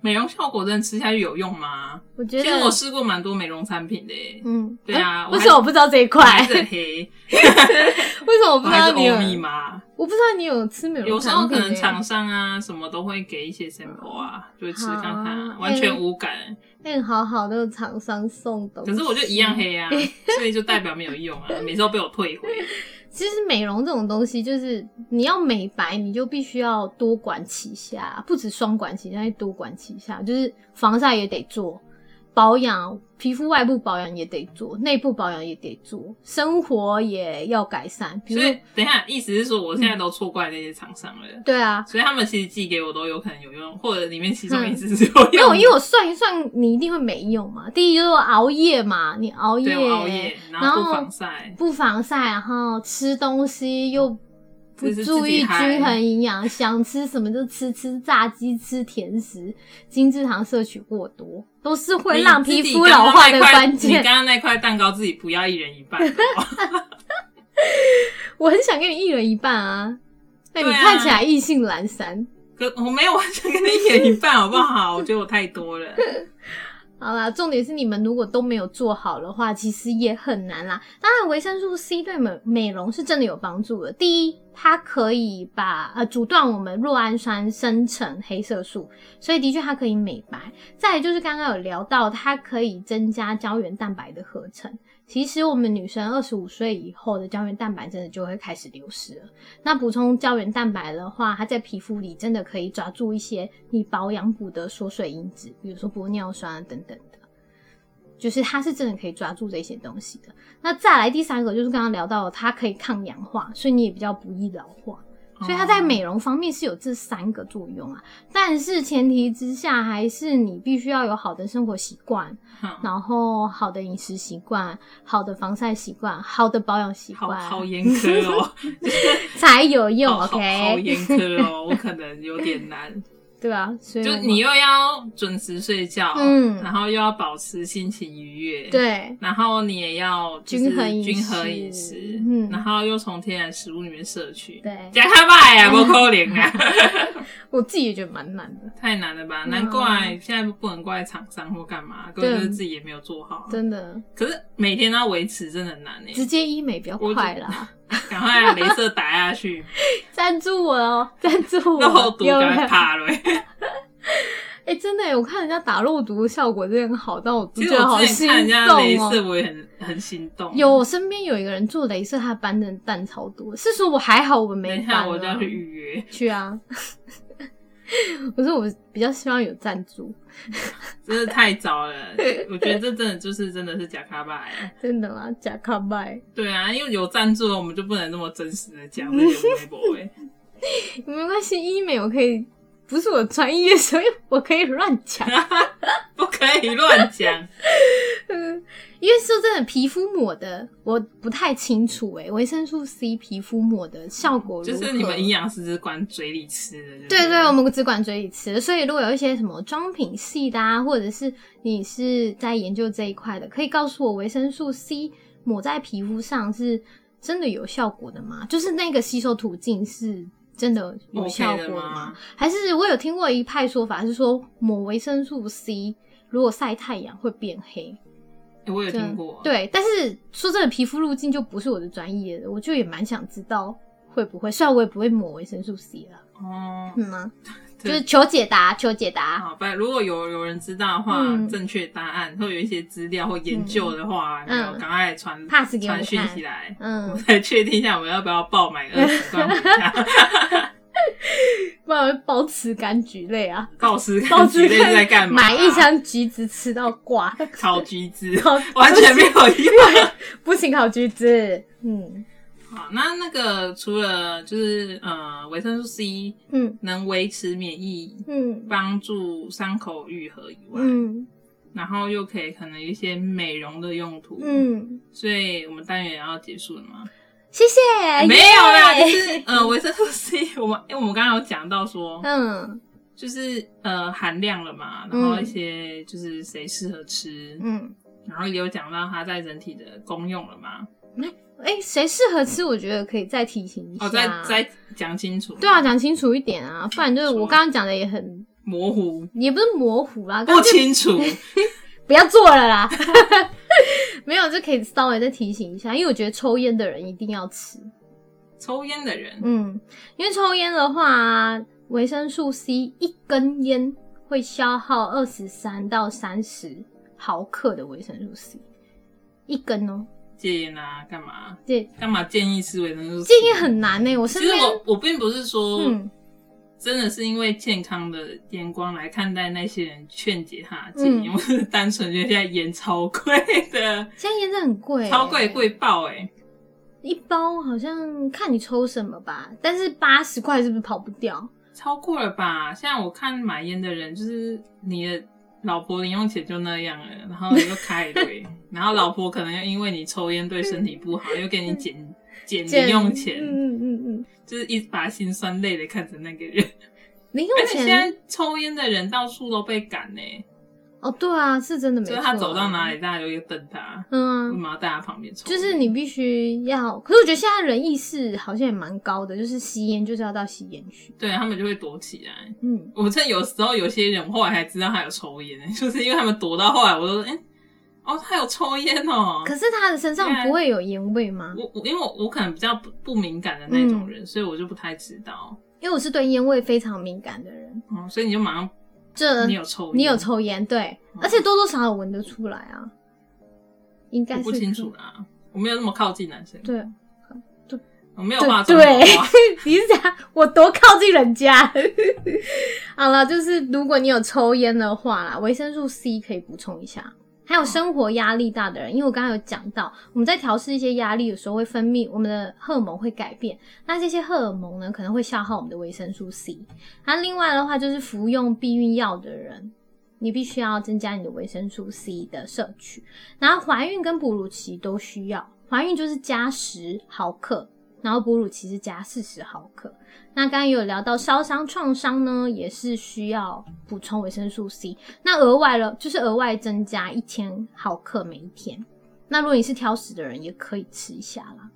[SPEAKER 2] 美容效果真的吃下去有用吗？
[SPEAKER 1] 我觉
[SPEAKER 2] 其
[SPEAKER 1] 得
[SPEAKER 2] 实我试过蛮多美容产品的耶，
[SPEAKER 1] 嗯，
[SPEAKER 2] 对啊
[SPEAKER 1] 诶
[SPEAKER 2] 我
[SPEAKER 1] 为
[SPEAKER 2] 还
[SPEAKER 1] 什么我不知道这一
[SPEAKER 2] 我
[SPEAKER 1] 块
[SPEAKER 2] 还？是很
[SPEAKER 1] [laughs]
[SPEAKER 2] 黑，
[SPEAKER 1] 为什么我不
[SPEAKER 2] 我
[SPEAKER 1] 知
[SPEAKER 2] 还
[SPEAKER 1] 道
[SPEAKER 2] 是
[SPEAKER 1] 你有
[SPEAKER 2] 欧？米嘛。
[SPEAKER 1] 我不知道你有吃美容
[SPEAKER 2] 有时
[SPEAKER 1] 产
[SPEAKER 2] 候可
[SPEAKER 1] 品
[SPEAKER 2] 能
[SPEAKER 1] 欸
[SPEAKER 2] 厂商啊什么都会给一些 sample 啊，就吃看看啊
[SPEAKER 1] 好，
[SPEAKER 2] 完全
[SPEAKER 1] 哎
[SPEAKER 2] 无感。
[SPEAKER 1] 那好好的厂商送东西，
[SPEAKER 2] 可是我就一样。黑啊，
[SPEAKER 1] 嗯
[SPEAKER 2] 所以就代表没有用啊，每次都被我退回。
[SPEAKER 1] 其实美容这种东西，就是你要美白，你就必须要多管齐下，不止双管齐下，还多管齐下，就是防晒也得做，保养皮肤外部保养也得做，内部保养也得做，生活也要改善，比如
[SPEAKER 2] 所以
[SPEAKER 1] 说
[SPEAKER 2] 等一下，意思是说我现在都错怪那些厂商了。
[SPEAKER 1] 对啊。
[SPEAKER 2] 所以他们其实寄给我都有可能有用，或者里面其
[SPEAKER 1] 嗯
[SPEAKER 2] 中一次是有用的。
[SPEAKER 1] 因为我因为我算一算，你一定会没用嘛。第一就是我熬夜嘛，你熬夜，
[SPEAKER 2] 对我熬夜，然
[SPEAKER 1] 然
[SPEAKER 2] 后
[SPEAKER 1] 后
[SPEAKER 2] 不防晒，
[SPEAKER 1] 不防晒，然后吃东西又不
[SPEAKER 2] 就是自己
[SPEAKER 1] 注意
[SPEAKER 2] 嗨
[SPEAKER 1] 均衡营养，想吃什么就吃，吃炸鸡、吃甜食，精致糖摄取过多，都是会让
[SPEAKER 2] 你自己
[SPEAKER 1] 皮肤
[SPEAKER 2] 刚刚
[SPEAKER 1] 老化的
[SPEAKER 2] 那块
[SPEAKER 1] 关
[SPEAKER 2] 你
[SPEAKER 1] 键。
[SPEAKER 2] 刚刚那块蛋糕自己不要一人一半哦，
[SPEAKER 1] 我很想跟你一人一半啊，那你
[SPEAKER 2] 对啊
[SPEAKER 1] 看起来意兴阑珊。
[SPEAKER 2] 可我没有完全跟你一人一半，好不好？我觉得我太多了。
[SPEAKER 1] 好啦，重点是你们如果都没有做好的话，其实也很难啦。当然，维生素 C 对美美容是真的有帮助的。第一，它可以把呃阻断我们酪氨酸生成黑色素，所以的确它可以美白。再来就是刚刚有聊到，它可以增加胶原蛋白的合成。其实我们女生二十五岁以后的胶原蛋白真的就会开始流失了。那补充胶原蛋白的话，它在皮肤里真的可以抓住一些你保养补的锁水因子，比如说玻尿酸啊等等的，就是它是真的可以抓住这些东西的。那再来第三个就是刚刚聊到的，它可以抗氧化，所以你也比较不易老化。 [laughs] 所以它在美容方面是有这三个作用啊，但是前提之下还是你必须要有好的生活习
[SPEAKER 2] 嗯
[SPEAKER 1] 惯，
[SPEAKER 2] 好
[SPEAKER 1] 然后好的饮食习惯、好的防晒习惯、好的保养习
[SPEAKER 2] 好
[SPEAKER 1] 惯，
[SPEAKER 2] 好严苛哦，
[SPEAKER 1] [laughs] 才有用。
[SPEAKER 2] 好好好
[SPEAKER 1] OK，
[SPEAKER 2] 严苛哦，我可能有点难。
[SPEAKER 1] 对啊，所以
[SPEAKER 2] 就
[SPEAKER 1] 我
[SPEAKER 2] 你又要准时睡觉，
[SPEAKER 1] 嗯
[SPEAKER 2] 然后又要保持心情愉悦，，
[SPEAKER 1] 对
[SPEAKER 2] 然后你也要就是
[SPEAKER 1] 均衡饮食
[SPEAKER 2] 均衡饮食，
[SPEAKER 1] 嗯
[SPEAKER 2] 然后又从天然食物里面摄取，
[SPEAKER 1] 对，
[SPEAKER 2] 加卡
[SPEAKER 1] 嗯
[SPEAKER 2] 拜呀，不可能
[SPEAKER 1] [laughs]
[SPEAKER 2] 啊，
[SPEAKER 1] 我自己也觉得蛮难的，
[SPEAKER 2] 太难了吧？
[SPEAKER 1] 嗯
[SPEAKER 2] 难怪现在不能怪厂商或干嘛，根
[SPEAKER 1] 对
[SPEAKER 2] 本就是自己也没有做好啊。
[SPEAKER 1] 真的，
[SPEAKER 2] 可是每天都要维持，真的很难呢。
[SPEAKER 1] 直接医美比较快啦。
[SPEAKER 2] 赶快把镭射打
[SPEAKER 1] [laughs]
[SPEAKER 2] 下去，
[SPEAKER 1] 赞助我哦， [laughs] 赞助我，
[SPEAKER 2] 那后毒
[SPEAKER 1] 有
[SPEAKER 2] 赶
[SPEAKER 1] 没
[SPEAKER 2] 快
[SPEAKER 1] 有 [laughs]
[SPEAKER 2] 趴了。
[SPEAKER 1] 哎、真的耶，我看人家打肉毒的效果真的很好，但我
[SPEAKER 2] 其
[SPEAKER 1] 真
[SPEAKER 2] 实
[SPEAKER 1] 的觉得好
[SPEAKER 2] 我之
[SPEAKER 1] 心
[SPEAKER 2] 前看人家镭
[SPEAKER 1] 动
[SPEAKER 2] 射，
[SPEAKER 1] 哦。
[SPEAKER 2] 我也很很心动。
[SPEAKER 1] 有，我身边有一个人做镭射，他斑真的蛋超多。是说我还好，我
[SPEAKER 2] 等
[SPEAKER 1] 没
[SPEAKER 2] 一
[SPEAKER 1] 斑、啊。
[SPEAKER 2] 下我就要去预约。
[SPEAKER 1] 去啊！ [laughs] 我说我比较希望有赞助，
[SPEAKER 2] 真的太
[SPEAKER 1] [laughs]
[SPEAKER 2] 早了，我觉得这真的就是真的是假卡巴哎。
[SPEAKER 1] 真的啦，假卡拜，
[SPEAKER 2] 对啊，因为有赞助，我们就不能那么真实的讲这些微博哎。
[SPEAKER 1] 没关系，医美我可以，不是我专业，所以我可以乱
[SPEAKER 2] [laughs]
[SPEAKER 1] 讲。
[SPEAKER 2] [laughs] 不可以乱
[SPEAKER 1] [laughs]
[SPEAKER 2] 讲。
[SPEAKER 1] 嗯，因为说真的，皮肤抹的我不太清楚诶、维生素 C 皮肤抹的效果如
[SPEAKER 2] 嗯就
[SPEAKER 1] 何
[SPEAKER 2] 是你们营养师只管嘴里吃的。
[SPEAKER 1] 对对，我
[SPEAKER 2] 们
[SPEAKER 1] 们只管嘴里吃，所以如果有一些什么妆品系的啊，或者是你是在研究这一块的，可以告诉我维生素 C 抹在皮肤上是真的有效果的吗？就是那个吸收途径是真的有效
[SPEAKER 2] OK
[SPEAKER 1] 果
[SPEAKER 2] 的
[SPEAKER 1] 的
[SPEAKER 2] 吗？
[SPEAKER 1] 还是我有听过一派说法是说抹维生素 C 如果晒太阳会变黑，
[SPEAKER 2] 欸我有
[SPEAKER 1] 这样
[SPEAKER 2] 听过。，
[SPEAKER 1] 对，但是说真的，皮肤路径就不是我的专业的，我就也蛮想知道会不会，虽然我也不会抹维生素 C 了，
[SPEAKER 2] 哦，
[SPEAKER 1] 嗯吗、 [laughs] 就
[SPEAKER 2] 对
[SPEAKER 1] 是求解答，求解答。
[SPEAKER 2] 好吧。如果有有人知道的话，
[SPEAKER 1] 嗯
[SPEAKER 2] 正确答案或有一些资料或研究的话，
[SPEAKER 1] 嗯
[SPEAKER 2] 有没有赶快传
[SPEAKER 1] pass 给我
[SPEAKER 2] 传
[SPEAKER 1] 们
[SPEAKER 2] 讯
[SPEAKER 1] 看
[SPEAKER 2] 起来，我
[SPEAKER 1] 嗯，
[SPEAKER 2] 来确定一下我们要不要爆买二十罐
[SPEAKER 1] [laughs]
[SPEAKER 2] 回家。
[SPEAKER 1] 不然保持柑橘类啊，
[SPEAKER 2] 暴吃
[SPEAKER 1] 保
[SPEAKER 2] [laughs] 柑
[SPEAKER 1] 持
[SPEAKER 2] 橘类是在干嘛？
[SPEAKER 1] 买一箱橘子吃到挂，
[SPEAKER 2] 烤橘子，
[SPEAKER 1] 烤
[SPEAKER 2] [laughs]
[SPEAKER 1] [laughs]
[SPEAKER 2] 完全没有用。
[SPEAKER 1] 不行，烤橘子。嗯
[SPEAKER 2] [laughs] 好，那那个除了就是呃维生素 C
[SPEAKER 1] 嗯
[SPEAKER 2] 能维持免疫，
[SPEAKER 1] 嗯
[SPEAKER 2] 帮助伤口愈合以外，
[SPEAKER 1] 嗯
[SPEAKER 2] 然后又可以可能有一些美容的用途，，
[SPEAKER 1] 嗯，
[SPEAKER 2] 所以我们单元也要结束了吗？
[SPEAKER 1] 谢谢。
[SPEAKER 2] 没有啦，
[SPEAKER 1] 哎耶
[SPEAKER 2] 就是呃维生素 C，我们 [laughs] 因为我们刚刚有讲到说，
[SPEAKER 1] 嗯
[SPEAKER 2] 就是呃含量了嘛，然后一些就是谁适合吃，
[SPEAKER 1] 嗯，
[SPEAKER 2] 然后也有讲到它在人体的功用了嘛，
[SPEAKER 1] 哎，谁适合吃？我觉得可以再提醒一下。
[SPEAKER 2] 哦，再再讲清楚，
[SPEAKER 1] 对啊，讲清楚一点啊，不然就是
[SPEAKER 2] 说
[SPEAKER 1] 我刚刚讲的也很，
[SPEAKER 2] 模糊
[SPEAKER 1] 也不是模糊啦，刚
[SPEAKER 2] [laughs] 不
[SPEAKER 1] 刚就
[SPEAKER 2] 清楚，
[SPEAKER 1] 不要做了啦。 [laughs] 没有，就可以稍微再提醒一下，因为我觉得抽烟的人一定要吃，
[SPEAKER 2] 抽烟的人，
[SPEAKER 1] 嗯，因为抽烟的话，维生素 C 一根烟会消耗二十三到三十毫克的维生素 C，一根哦、
[SPEAKER 2] 戒烟啊，干嘛
[SPEAKER 1] 这
[SPEAKER 2] 干嘛建议吃维生素 C？
[SPEAKER 1] 戒烟很难呢、欸我身
[SPEAKER 2] 其实
[SPEAKER 1] 边
[SPEAKER 2] 我我并不是说、
[SPEAKER 1] 嗯
[SPEAKER 2] 真的是因为健康的眼光来看待那些人劝解他戒烟，
[SPEAKER 1] 嗯
[SPEAKER 2] 我是单纯觉得现在烟超贵的，
[SPEAKER 1] 现在烟真的很贵、欸
[SPEAKER 2] 超贵，贵爆哎、欸！
[SPEAKER 1] 一包好像看你抽什么吧，但是八十块是不是跑不掉？
[SPEAKER 2] 超过了吧？现在我看买烟的人，就是你的老婆零用钱就那样了，然后你又开
[SPEAKER 1] [laughs]
[SPEAKER 2] 一堆，然后老婆可能又因为你抽烟对身体不好，又给你减减零用钱，
[SPEAKER 1] 嗯嗯嗯嗯，
[SPEAKER 2] 就是一把辛酸泪的看着那个人。
[SPEAKER 1] 零
[SPEAKER 2] 而
[SPEAKER 1] 用
[SPEAKER 2] 且现在
[SPEAKER 1] 钱
[SPEAKER 2] 抽烟的人到处都被赶呢、
[SPEAKER 1] 哦，对啊，是真的没
[SPEAKER 2] 就
[SPEAKER 1] 错、
[SPEAKER 2] 是
[SPEAKER 1] 啊。
[SPEAKER 2] 他走到哪里，大家就会瞪他，
[SPEAKER 1] 嗯
[SPEAKER 2] 为
[SPEAKER 1] 啊，
[SPEAKER 2] 嘛要在他旁边抽？
[SPEAKER 1] 就是你必须要。可是我觉得现在人意识好像也蛮高的，就是吸烟就是要到吸烟区。
[SPEAKER 2] 对他们就会躲起来。
[SPEAKER 1] 嗯，
[SPEAKER 2] 我真的有时候有些人，我后来还知道他有抽烟， [laughs] 就是因为他们躲到后来，我都哎、诶哦，他有抽烟哦。
[SPEAKER 1] 可是他的身
[SPEAKER 2] 对啊
[SPEAKER 1] 上不会有烟味吗？
[SPEAKER 2] 我我因为我我可能比较不不敏感的那
[SPEAKER 1] 嗯
[SPEAKER 2] 种人，所以我就不太知道。
[SPEAKER 1] 因为我是对烟味非常敏感的人，
[SPEAKER 2] 哦，所以你就马上
[SPEAKER 1] 这
[SPEAKER 2] 你有抽烟，
[SPEAKER 1] 呃你有抽烟，对，
[SPEAKER 2] 嗯
[SPEAKER 1] 而且多多少少闻得出来啊，应该
[SPEAKER 2] 我
[SPEAKER 1] 是
[SPEAKER 2] 不清楚啦，我没有那么靠近男生，
[SPEAKER 1] 可以。对，
[SPEAKER 2] 我没有
[SPEAKER 1] 对
[SPEAKER 2] 化妆
[SPEAKER 1] 对
[SPEAKER 2] 的话
[SPEAKER 1] 你是讲我多靠近人家？ [laughs] 好了，就是如果你有抽烟的话啦，维生素 C 可以补充一下。还有生活压力大的人，因为我刚刚有讲到，我们在调试一些压力的时候会分泌我们的荷尔蒙会改变，那这些荷尔蒙呢可能会消耗我们的维生素 C。那另外的话就是服用避孕药的人，你必须要增加你的维生素 C 的摄取。然后怀孕跟哺乳期都需要，怀孕就是加十毫克，然后哺乳期是加四十毫克。那刚刚也有聊到烧伤、创伤呢，也是需要补充维生素 C。那额外了，就是额外增加一千毫克每一天。那如果你是挑食的人，也可以吃一下啦。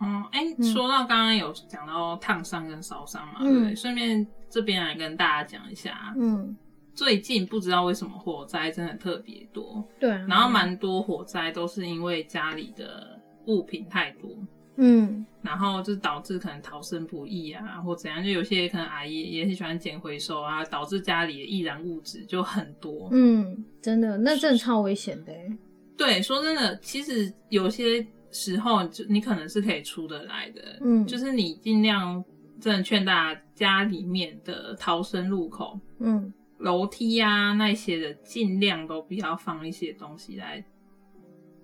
[SPEAKER 2] 哦，哎、
[SPEAKER 1] 嗯
[SPEAKER 2] 说到刚刚有讲到烫伤跟烧伤嘛，
[SPEAKER 1] 嗯
[SPEAKER 2] 对不对？顺便这边来跟大家讲一下，
[SPEAKER 1] 嗯，
[SPEAKER 2] 最近不知道为什么火灾真的特别多，
[SPEAKER 1] 对、啊
[SPEAKER 2] 然后，蛮多火灾都是因为家里的物品太多，
[SPEAKER 1] 嗯
[SPEAKER 2] 然后就导致可能逃生不易啊，或怎样，就有些可能阿姨也很喜欢捡回收啊，导致家里的易燃物质就很多。
[SPEAKER 1] 嗯，真的，那真的超危险的欸、
[SPEAKER 2] 对，说真的，其实有些时候就你可能是可以出得来的，
[SPEAKER 1] 嗯
[SPEAKER 2] 就是你尽量真的劝大家家里面的逃生入口、
[SPEAKER 1] 嗯
[SPEAKER 2] 楼梯啊那一些的，尽量都不要放一些东西来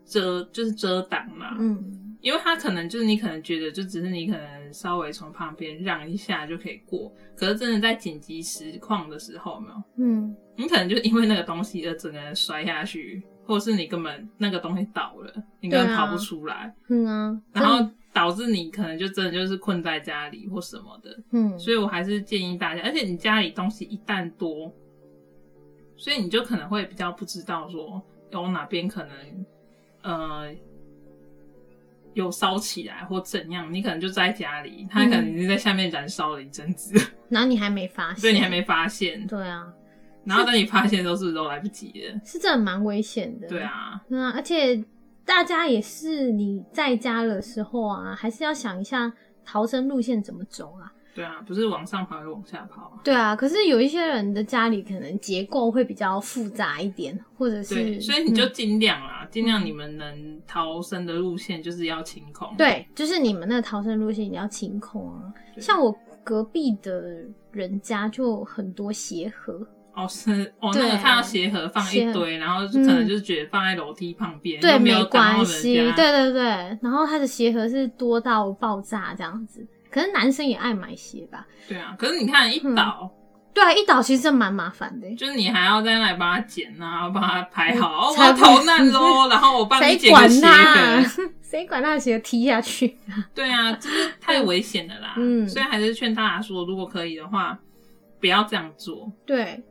[SPEAKER 2] 遮，就是遮挡嘛。
[SPEAKER 1] 嗯
[SPEAKER 2] 因为他可能就是你可能觉得就只是你可能稍微从旁边让一下就可以过，可是真的在紧急实况的时候，有没有，
[SPEAKER 1] 嗯，
[SPEAKER 2] 你可能就因为那个东西而整个人摔下去，或者是你根本那个东西倒了，你根本
[SPEAKER 1] 对啊
[SPEAKER 2] 跑不出来，
[SPEAKER 1] 嗯啊，
[SPEAKER 2] 然后导致你可能就真的就是困在家里或什么的。
[SPEAKER 1] 嗯，
[SPEAKER 2] 所以我还是建议大家，而且你家里东西一旦多，所以你就可能会比较不知道说有哪边可能呃有烧起来或怎样，你可能就在家里，它可能
[SPEAKER 1] 嗯
[SPEAKER 2] 已经在下面燃烧了一阵子， [laughs]
[SPEAKER 1] 然后你还没发现，
[SPEAKER 2] 所以你还没发现，
[SPEAKER 1] 对啊，
[SPEAKER 2] 然后等你发现的时候是不是都来不及了？
[SPEAKER 1] 是真的蛮危险的。
[SPEAKER 2] 对，啊，
[SPEAKER 1] 对啊，而且大家也是你在家的时候啊，还是要想一下逃生路线怎么走啊。
[SPEAKER 2] 对啊，不是往上跑就往下跑啊。
[SPEAKER 1] 对啊，可是有一些人的家里可能结构会比较复杂一点，或者
[SPEAKER 2] 对，
[SPEAKER 1] 是
[SPEAKER 2] 所以你就
[SPEAKER 1] 嗯
[SPEAKER 2] 尽量啦，尽量你们能逃生的路线就是要清空。
[SPEAKER 1] 对，就是你们那个逃生路线你要清空啊。
[SPEAKER 2] 对，
[SPEAKER 1] 像我隔壁的人家就很多鞋盒，
[SPEAKER 2] 哦，是哦，那
[SPEAKER 1] 对啊
[SPEAKER 2] 个看到鞋盒放一
[SPEAKER 1] 鞋盒嗯
[SPEAKER 2] 堆，然后就可能就是觉得放在楼梯旁边，
[SPEAKER 1] 对，
[SPEAKER 2] 又哎
[SPEAKER 1] 没
[SPEAKER 2] 没有挡到
[SPEAKER 1] 关
[SPEAKER 2] 人
[SPEAKER 1] 系，
[SPEAKER 2] 家
[SPEAKER 1] 对对对。然后他的鞋盒是多到爆炸这样子，可是男生也爱买鞋吧？
[SPEAKER 2] 对啊。可是你看一倒，
[SPEAKER 1] 对啊，一倒其实真蛮麻烦的欸、
[SPEAKER 2] 就是你还要在那里帮他捡啊，帮他排好，哦，我
[SPEAKER 1] 才
[SPEAKER 2] 要
[SPEAKER 1] 嗯不
[SPEAKER 2] 逃难
[SPEAKER 1] [laughs]
[SPEAKER 2] 喽，然后我帮你
[SPEAKER 1] 谁
[SPEAKER 2] 捡个
[SPEAKER 1] 管
[SPEAKER 2] 鞋
[SPEAKER 1] 他啊
[SPEAKER 2] 盒，？
[SPEAKER 1] [laughs] 谁管他鞋踢下去？
[SPEAKER 2] 对啊，就是太危险了啦。
[SPEAKER 1] 嗯
[SPEAKER 2] 所以还是劝大家说，如果可以的话，不要这样做，
[SPEAKER 1] 对，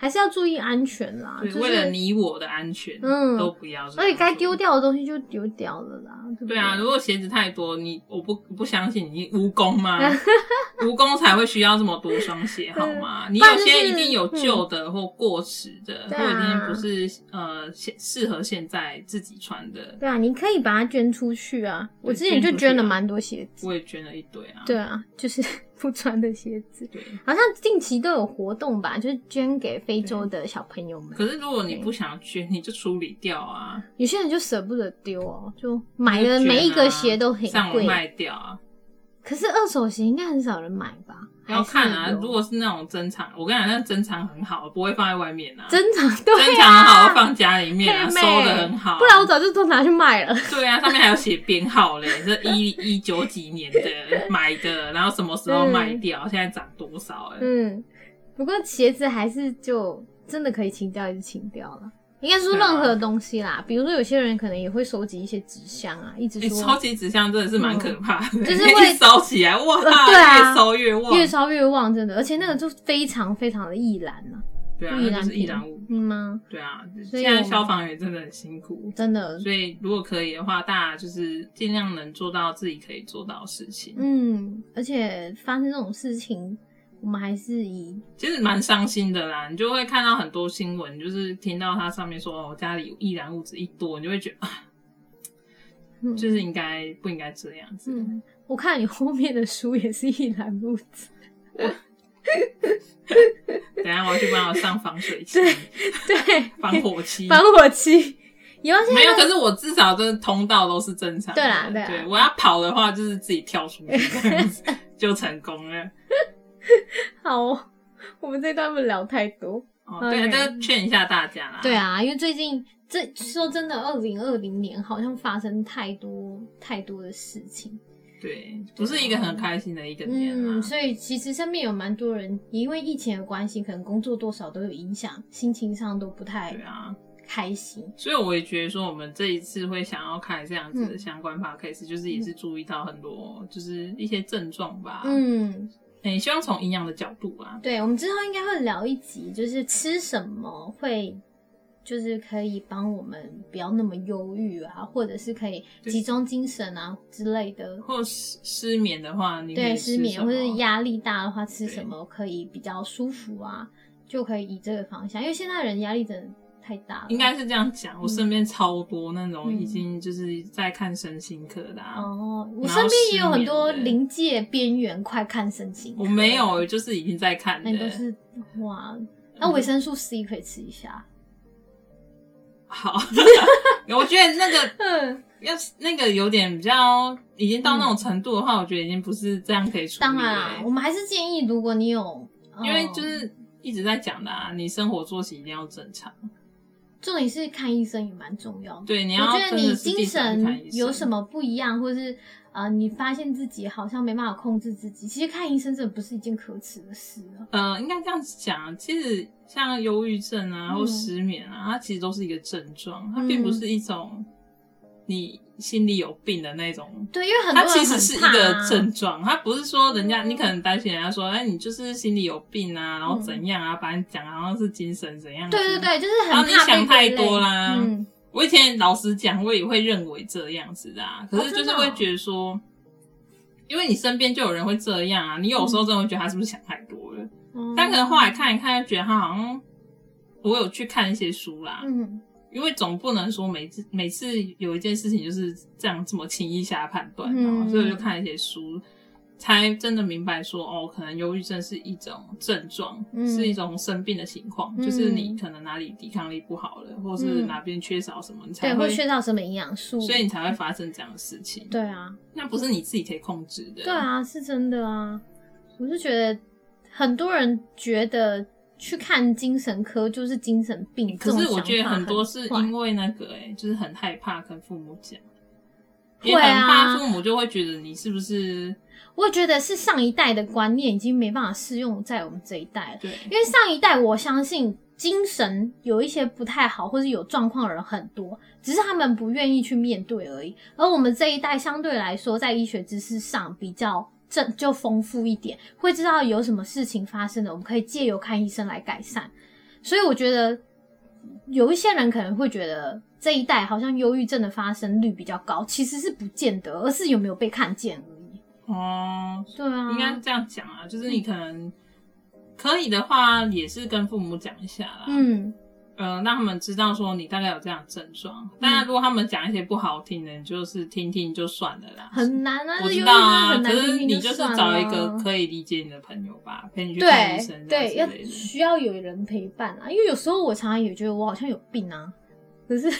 [SPEAKER 1] 还是要注意安全啦。
[SPEAKER 2] 对，
[SPEAKER 1] 啊就是
[SPEAKER 2] 为了你我的安全，
[SPEAKER 1] 嗯
[SPEAKER 2] 都不要这样做。
[SPEAKER 1] 而且该丢掉的东西就丢掉了啦。对不
[SPEAKER 2] 对啊，如果鞋子太多，你我不不相信你蜈蚣
[SPEAKER 1] [laughs]
[SPEAKER 2] 吗？蜈蚣才会需要这么多双鞋好吗？你
[SPEAKER 1] 嗯不
[SPEAKER 2] 有
[SPEAKER 1] 然就
[SPEAKER 2] 些
[SPEAKER 1] 是嗯
[SPEAKER 2] 一定有旧的或过时的，
[SPEAKER 1] 对
[SPEAKER 2] 或已经
[SPEAKER 1] 啊
[SPEAKER 2] 不是呃现适合现在自己穿的。
[SPEAKER 1] 对啊，你可以把它捐出去啊。我之前
[SPEAKER 2] 捐
[SPEAKER 1] 就
[SPEAKER 2] 出去
[SPEAKER 1] 捐了
[SPEAKER 2] 啊
[SPEAKER 1] 蛮多鞋子。
[SPEAKER 2] 我也捐了一堆啊。
[SPEAKER 1] 对啊， [laughs] 就是不穿的鞋子，
[SPEAKER 2] 对
[SPEAKER 1] 好像近期都有活动吧，就是捐给非洲的小朋友们。
[SPEAKER 2] 可是如果你不想捐，你就处理掉啊，
[SPEAKER 1] 有些人就舍不得丢哦，就买
[SPEAKER 2] 你就
[SPEAKER 1] 的
[SPEAKER 2] 捐啊
[SPEAKER 1] 每一个鞋都很
[SPEAKER 2] 上网
[SPEAKER 1] 贵。
[SPEAKER 2] 卖掉啊。
[SPEAKER 1] 可是二手鞋应该很少人买吧？
[SPEAKER 2] 要看啊
[SPEAKER 1] 还，是有
[SPEAKER 2] 如果是那种珍藏，我跟你讲，那珍藏很好，不会放在外面啊。
[SPEAKER 1] 珍藏 [laughs] 对啊，
[SPEAKER 2] 珍藏很好，放家里面啊，
[SPEAKER 1] 嘿
[SPEAKER 2] 收
[SPEAKER 1] 妹
[SPEAKER 2] 的很好啊。
[SPEAKER 1] 不然我早就都拿去卖
[SPEAKER 2] [laughs]
[SPEAKER 1] 了。
[SPEAKER 2] 对啊，上面还有写编号嘞， [laughs] 这一一九几年的买的，然后什么时候卖掉，现在涨多少哎、
[SPEAKER 1] 嗯，不过鞋子还是就真的可以清掉，还是清掉了。应该说
[SPEAKER 2] 对啊
[SPEAKER 1] 任何东西啦，比如说有些人可能也会收集一些纸箱啊，一直
[SPEAKER 2] 你收
[SPEAKER 1] 说嗯
[SPEAKER 2] 集哎纸箱真的是蛮可怕 [laughs] 的，
[SPEAKER 1] 就是会
[SPEAKER 2] 会烧起来哇，
[SPEAKER 1] 呃对啊
[SPEAKER 2] 越烧越旺。
[SPEAKER 1] 越烧越旺，真的，而且那个就非常非常的易燃呐、
[SPEAKER 2] 对啊，
[SPEAKER 1] 易
[SPEAKER 2] 那
[SPEAKER 1] 燃
[SPEAKER 2] 就是
[SPEAKER 1] 品
[SPEAKER 2] 易燃物。
[SPEAKER 1] 嗯吗？
[SPEAKER 2] 对啊，
[SPEAKER 1] 所以
[SPEAKER 2] 现在
[SPEAKER 1] 我
[SPEAKER 2] 消防员真的很辛苦，
[SPEAKER 1] 真的，
[SPEAKER 2] 所以如果可以的话，大家就是尽量能做到自己可以做到的事情。
[SPEAKER 1] 嗯，而且发生这种事情，我们还是以
[SPEAKER 2] 其实蛮伤心的啦，你就会看到很多新闻，就是听到它上面说哦，家里易燃物质一多，你就会觉得啊，
[SPEAKER 1] 嗯
[SPEAKER 2] 就是应该不应该这样子。
[SPEAKER 1] 嗯，我看你后面的书也是一览
[SPEAKER 2] [laughs]
[SPEAKER 1] 无子，
[SPEAKER 2] 等一下我要去帮我上防水
[SPEAKER 1] [laughs]
[SPEAKER 2] 漆、
[SPEAKER 1] 对，
[SPEAKER 2] 防火漆。
[SPEAKER 1] 防火漆，以后现
[SPEAKER 2] 没
[SPEAKER 1] 在
[SPEAKER 2] 有，可是我至少这通道都是正常的。
[SPEAKER 1] 对啦对
[SPEAKER 2] 对
[SPEAKER 1] 啦
[SPEAKER 2] 我要跑的话就是自己跳出
[SPEAKER 1] [laughs]
[SPEAKER 2] 去，这样子就成功了。
[SPEAKER 1] 好哦，我们这段不聊太多。
[SPEAKER 2] 哦，对啊，
[SPEAKER 1] OK
[SPEAKER 2] 但是劝一下大家啦。
[SPEAKER 1] 对啊，因为最近这说真的，二零二零年好像发生太多太多的事情，
[SPEAKER 2] 对，不是一个很开心的一个年啊
[SPEAKER 1] 嗯，。所以其实身边有蛮多人也因为疫情的关系，可能工作多少都有影响，心情上都不太
[SPEAKER 2] 对啊，
[SPEAKER 1] 开心。
[SPEAKER 2] 所以我也觉得说，我们这一次会想要开这样子的
[SPEAKER 1] 嗯
[SPEAKER 2] 相关 podcast，、就是也是注意到很多，就是一些症状吧。，
[SPEAKER 1] 嗯，
[SPEAKER 2] 哎、希望从营养的角度啊，
[SPEAKER 1] 对，我们之后应该会聊一集，就是吃什么会。就是可以帮我们不要那么忧郁啊，或者是可以
[SPEAKER 2] 对
[SPEAKER 1] 集中精神啊之类的
[SPEAKER 2] 或失失眠的话，你可
[SPEAKER 1] 对
[SPEAKER 2] 以
[SPEAKER 1] 失
[SPEAKER 2] 吃
[SPEAKER 1] 眠
[SPEAKER 2] 什
[SPEAKER 1] 或是
[SPEAKER 2] 么
[SPEAKER 1] 压力大的话，吃什
[SPEAKER 2] 对
[SPEAKER 1] 么可以比较舒服啊？就可以以这个方向，因为现在人压力真的太大了。
[SPEAKER 2] 应该是这样讲，我
[SPEAKER 1] 嗯
[SPEAKER 2] 身边超多那种
[SPEAKER 1] 嗯
[SPEAKER 2] 已经就是在看身心科的、啊，
[SPEAKER 1] 哦，我
[SPEAKER 2] 然
[SPEAKER 1] 身
[SPEAKER 2] 后
[SPEAKER 1] 边也有
[SPEAKER 2] 失
[SPEAKER 1] 很
[SPEAKER 2] 眠
[SPEAKER 1] 多
[SPEAKER 2] 的
[SPEAKER 1] 临界边缘快看身心，
[SPEAKER 2] 我没，有，就是已经在看
[SPEAKER 1] 那
[SPEAKER 2] 的。嗯
[SPEAKER 1] 你都是哇，那维生素 C 可以吃一
[SPEAKER 2] [laughs]
[SPEAKER 1] 下。
[SPEAKER 2] 好， [laughs] 我觉得那个
[SPEAKER 1] 嗯，
[SPEAKER 2] 要是那个有点比较已经到那种程度的话，我觉得已经不是这样可以处理
[SPEAKER 1] 当
[SPEAKER 2] 了
[SPEAKER 1] 然啊
[SPEAKER 2] 欸
[SPEAKER 1] 啦，我们还是建议，如果你有，
[SPEAKER 2] 因为
[SPEAKER 1] 呃
[SPEAKER 2] 就是一直在讲的啊，你生活作息一定要正常。
[SPEAKER 1] 重点是看医生也蛮重要的。
[SPEAKER 2] 对，你要
[SPEAKER 1] 我觉得
[SPEAKER 2] 真的
[SPEAKER 1] 你
[SPEAKER 2] 是
[SPEAKER 1] 精
[SPEAKER 2] 定期去看
[SPEAKER 1] 神
[SPEAKER 2] 医生
[SPEAKER 1] 有什？么不一样，或是呃，你发现自己好像没办法控制自己，其实看医生真的不是一件可耻的事啊。
[SPEAKER 2] 呃，应该这样子讲，其实像忧郁症啊
[SPEAKER 1] 嗯
[SPEAKER 2] 或失眠啊，它其实都是一个症状，它
[SPEAKER 1] 嗯
[SPEAKER 2] 并不是一种你心里有病的那种。
[SPEAKER 1] 对，因为很多
[SPEAKER 2] 它
[SPEAKER 1] 人
[SPEAKER 2] 其
[SPEAKER 1] 很
[SPEAKER 2] 实是一
[SPEAKER 1] 怕
[SPEAKER 2] 个
[SPEAKER 1] 啊
[SPEAKER 2] 症状，它不是说人家
[SPEAKER 1] 嗯
[SPEAKER 2] 你可能担心人家说，哎，你就是心里有病啊，然后
[SPEAKER 1] 嗯
[SPEAKER 2] 怎样啊，把你讲好像是精神怎样。
[SPEAKER 1] 对对。对，就是
[SPEAKER 2] 然
[SPEAKER 1] 很
[SPEAKER 2] 后你
[SPEAKER 1] 怕被
[SPEAKER 2] 想太
[SPEAKER 1] 归类
[SPEAKER 2] 多啦
[SPEAKER 1] 嗯，
[SPEAKER 2] 我以前老实讲，我也会认为这样子的啊，可是就是会觉得说，因为你身边就有人会这样啊，你有时候真的会觉得他是不是想太多了？
[SPEAKER 1] 嗯
[SPEAKER 2] 但可能后来，看一看，就觉得他好像我有去看一些书啦，
[SPEAKER 1] 嗯，
[SPEAKER 2] 因为总不能说每次每次有一件事情就是这样这么轻易下判断
[SPEAKER 1] 嗯
[SPEAKER 2] 嘛，所以我就看一些书。才真的明白说，哦，可能忧郁症是一种症状，
[SPEAKER 1] 嗯
[SPEAKER 2] 是一种生病的情况，
[SPEAKER 1] 嗯
[SPEAKER 2] 就是你可能哪里抵抗力不好了，或是
[SPEAKER 1] 嗯
[SPEAKER 2] 哪边缺少什么，你
[SPEAKER 1] 对，
[SPEAKER 2] 才
[SPEAKER 1] 会
[SPEAKER 2] 会
[SPEAKER 1] 缺少什么营养素，
[SPEAKER 2] 所以你才会发生这样的事情。
[SPEAKER 1] 对啊，
[SPEAKER 2] 那不是你自己可以控制的。
[SPEAKER 1] 对，啊，是真的啊。我是觉得很多人觉得去看精神科就是精神病，
[SPEAKER 2] 欸可
[SPEAKER 1] 这
[SPEAKER 2] 是
[SPEAKER 1] 种
[SPEAKER 2] 我
[SPEAKER 1] 想
[SPEAKER 2] 觉得
[SPEAKER 1] 法
[SPEAKER 2] 很
[SPEAKER 1] 很
[SPEAKER 2] 多是
[SPEAKER 1] 坏
[SPEAKER 2] 因为那个、欸，就是很害怕跟父母讲，
[SPEAKER 1] 会
[SPEAKER 2] 也很怕
[SPEAKER 1] 啊
[SPEAKER 2] 父，母就会觉得你是不是
[SPEAKER 1] 我也觉得是上一代的观念已经没办法适用在我们这一代了，
[SPEAKER 2] 对
[SPEAKER 1] 因为上一代我相信精神有一些不太好或是有状况的人很多，只是他们不愿意去面对而已。而我们这一代相对来说，在医学知识上比较正就丰富一点，会知道有什么事情发生的，我们可以借由看医生来改善。所以我觉得有一些人可能会觉得这一代好像忧郁症的发生率比较高，其实是不见得，而是有没有被看见而已。
[SPEAKER 2] 哦，
[SPEAKER 1] 对啊，
[SPEAKER 2] 应该这样讲啊，就是你可能可以的话，也是跟父母讲一下啦，
[SPEAKER 1] 嗯，
[SPEAKER 2] 呃，让他们知道说你大概有这样的症状。当然，如果他们讲一些不好听的，你就是听听就算了啦。
[SPEAKER 1] 很难啊，
[SPEAKER 2] 我
[SPEAKER 1] 这
[SPEAKER 2] 知
[SPEAKER 1] 忧郁
[SPEAKER 2] 道
[SPEAKER 1] 症
[SPEAKER 2] 啊，
[SPEAKER 1] 很
[SPEAKER 2] 可
[SPEAKER 1] 难
[SPEAKER 2] 是
[SPEAKER 1] 听听
[SPEAKER 2] 你
[SPEAKER 1] 就
[SPEAKER 2] 就是
[SPEAKER 1] 算
[SPEAKER 2] 找
[SPEAKER 1] 了
[SPEAKER 2] 一个
[SPEAKER 1] 啊
[SPEAKER 2] 可以理解你的朋友吧，陪你去看医
[SPEAKER 1] 对
[SPEAKER 2] 生这
[SPEAKER 1] 对，
[SPEAKER 2] 样之
[SPEAKER 1] 要
[SPEAKER 2] 类的。
[SPEAKER 1] 需要有人陪伴啊，因为有时候我常常也觉得我好像有病啊，可是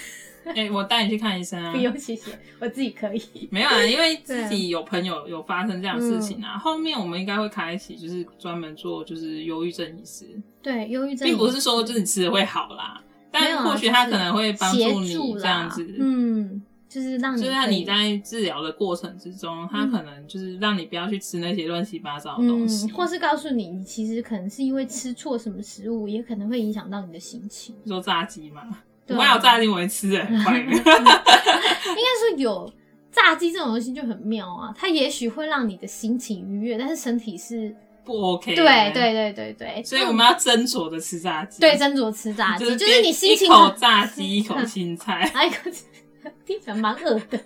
[SPEAKER 2] 哎、 [laughs] 我带你去看医生啊
[SPEAKER 1] [laughs] 不。用谢谢，我自己可以。
[SPEAKER 2] 没有啊，因为自己有朋友有发生这样的事情啊。后面我们应该会开启，就是专门做就是忧郁症医师，
[SPEAKER 1] 对，忧郁症
[SPEAKER 2] 并不
[SPEAKER 1] 也
[SPEAKER 2] 是说就是你吃了会好啦，
[SPEAKER 1] 没有
[SPEAKER 2] 但
[SPEAKER 1] 啊
[SPEAKER 2] 或许
[SPEAKER 1] 就
[SPEAKER 2] 他
[SPEAKER 1] 是
[SPEAKER 2] 可能会帮
[SPEAKER 1] 协
[SPEAKER 2] 助你
[SPEAKER 1] 助
[SPEAKER 2] 这
[SPEAKER 1] 啦
[SPEAKER 2] 样子。
[SPEAKER 1] 嗯，就是让你
[SPEAKER 2] 就让
[SPEAKER 1] 可以
[SPEAKER 2] 你在治疗的过程之中，他
[SPEAKER 1] 嗯
[SPEAKER 2] 可能就是让你不要去吃那些乱七八糟的东
[SPEAKER 1] 嗯
[SPEAKER 2] 西，，
[SPEAKER 1] 或是告诉你，你其实可能是因为吃错什么食物，也可能会影响到你的心情。
[SPEAKER 2] 比如说炸鸡嘛，
[SPEAKER 1] 对
[SPEAKER 2] 我
[SPEAKER 1] 啊
[SPEAKER 2] 有炸鸡，我也吃的很快乐。
[SPEAKER 1] [laughs] 应该说有炸鸡这种东西就很妙啊，它也许会让你的心情愉悦，但是身体是
[SPEAKER 2] 不 OK 的。
[SPEAKER 1] 对对对对对，
[SPEAKER 2] 所以我们要斟酌的吃炸鸡。
[SPEAKER 1] 对斟酌吃炸鸡，
[SPEAKER 2] 就
[SPEAKER 1] 就是你心情
[SPEAKER 2] 一口
[SPEAKER 1] 很，，
[SPEAKER 2] 炸鸡，一口青菜
[SPEAKER 1] 哎，听起来蛮恶的，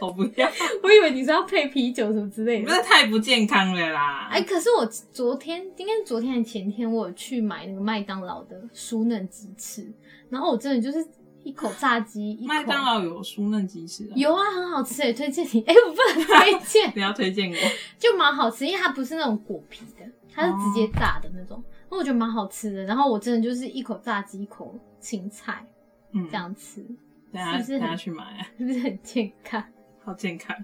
[SPEAKER 2] 我不要，
[SPEAKER 1] 我以为你是要配啤酒什么之类
[SPEAKER 2] 你
[SPEAKER 1] 的
[SPEAKER 2] 不。是太不健康了啦。
[SPEAKER 1] 哎、可是我昨天，应该是昨天还是前天，我有去买那个麦当劳的熟嫩鸡翅，然后我真的就是一口炸鸡，一口
[SPEAKER 2] 麦当劳有酥嫩鸡翅啊，
[SPEAKER 1] 有啊，很好吃哎，推荐你哎、我不
[SPEAKER 2] [laughs]
[SPEAKER 1] 能推荐，
[SPEAKER 2] 你要推荐我？
[SPEAKER 1] 就蛮好吃，因为它不是那种果皮的，它是直
[SPEAKER 2] 哦
[SPEAKER 1] 接炸的那种，那、我觉得蛮好吃的。然后我真的就是一口炸鸡，一口青菜
[SPEAKER 2] 嗯
[SPEAKER 1] 这，样吃，
[SPEAKER 2] 等下
[SPEAKER 1] 是不是
[SPEAKER 2] 等
[SPEAKER 1] 很
[SPEAKER 2] 下去买啊，
[SPEAKER 1] 是不是很健康？
[SPEAKER 2] 好健康。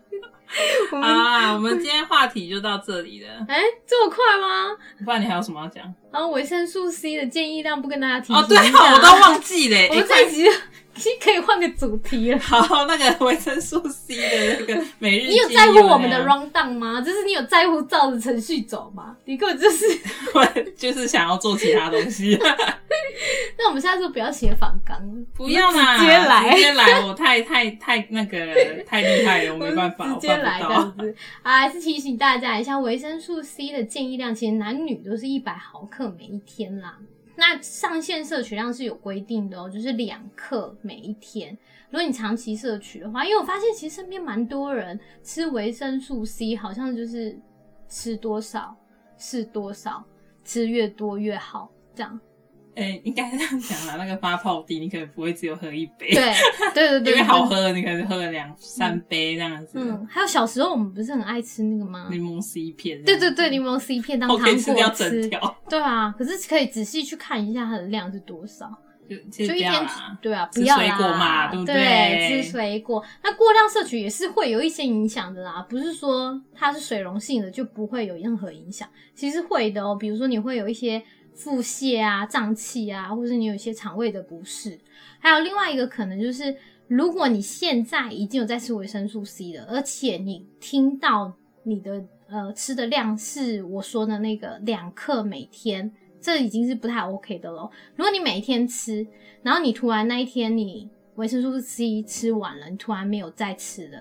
[SPEAKER 1] 我
[SPEAKER 2] 好
[SPEAKER 1] 们
[SPEAKER 2] 啦，我们今天话题就到这里了，
[SPEAKER 1] 哎、这么快吗？
[SPEAKER 2] 不然你还有什么要讲？
[SPEAKER 1] 然后维生素 C 的建议量不跟大家提
[SPEAKER 2] 哦，对
[SPEAKER 1] 醒一
[SPEAKER 2] 哦，
[SPEAKER 1] 下
[SPEAKER 2] 我都忘记
[SPEAKER 1] [laughs]
[SPEAKER 2] 嘞。
[SPEAKER 1] 我们
[SPEAKER 2] 欸
[SPEAKER 1] 这一集可以换个主题了。
[SPEAKER 2] [laughs] 好，那个维生素 C 的那
[SPEAKER 1] [laughs]
[SPEAKER 2] 个每日，
[SPEAKER 1] 你有在乎我们的 round down 吗？就是你有在乎照着程序走吗？你根本就是……
[SPEAKER 2] [laughs]
[SPEAKER 1] [laughs]
[SPEAKER 2] 我就是想要做其他东西。
[SPEAKER 1] 那我们下次不要写反纲了，
[SPEAKER 2] 不要啦，
[SPEAKER 1] 直接来
[SPEAKER 2] 直接来，我太太太那个了太厉害了，我
[SPEAKER 1] 我
[SPEAKER 2] 没
[SPEAKER 1] [laughs]
[SPEAKER 2] 办法，
[SPEAKER 1] 们
[SPEAKER 2] 我
[SPEAKER 1] 直接
[SPEAKER 2] 办
[SPEAKER 1] 来这
[SPEAKER 2] 不到
[SPEAKER 1] 样。子啊！还是提醒大家一下，维生素 C 的建议量其实男女都是一百毫克每一天啦。那上限摄取量是有规定的哦，就是两克每一天。如果你长期摄取的话，因为我发现其实身边蛮多人吃维生素 C，好像就是吃多少是多少，吃越多越好这样。
[SPEAKER 2] 哎、应该这样讲啦，那个发泡滴，你可能不会只有喝一杯， [laughs]
[SPEAKER 1] 对对对对，
[SPEAKER 2] 因为好喝，你可能喝了两三杯这样子。
[SPEAKER 1] 嗯，还有小时候我们不是很爱吃那个吗？
[SPEAKER 2] 柠檬 C 片，
[SPEAKER 1] 对对对，柠檬 C 片当
[SPEAKER 2] 我
[SPEAKER 1] 糖
[SPEAKER 2] 可以吃
[SPEAKER 1] 果
[SPEAKER 2] 掉
[SPEAKER 1] 吃
[SPEAKER 2] 整，条，
[SPEAKER 1] 对啊，可是可以仔细去看一下它的量是多少，
[SPEAKER 2] 就其实
[SPEAKER 1] 就
[SPEAKER 2] 不
[SPEAKER 1] 一
[SPEAKER 2] 要
[SPEAKER 1] 天
[SPEAKER 2] 啦，
[SPEAKER 1] 对啊，不
[SPEAKER 2] 吃
[SPEAKER 1] 要
[SPEAKER 2] 水
[SPEAKER 1] 啦
[SPEAKER 2] 果嘛对不
[SPEAKER 1] 对？
[SPEAKER 2] 对
[SPEAKER 1] 吃水果，那过量摄取也是会有一些影响的啦，不是说它是水溶性的就不会有任何影响，其实会的哦，比如说你会有一些腹泻啊、胀气啊，或是你有一些肠胃的不适，还有另外一个可能就是，如果你现在已经有在吃维生素 C 了，而且你听到你的呃吃的量是我说的那个两克每天，这已经是不太 OK 的咯。如果你每天吃，然后你突然那一天你维生素 C 吃完了，你突然没有再吃了，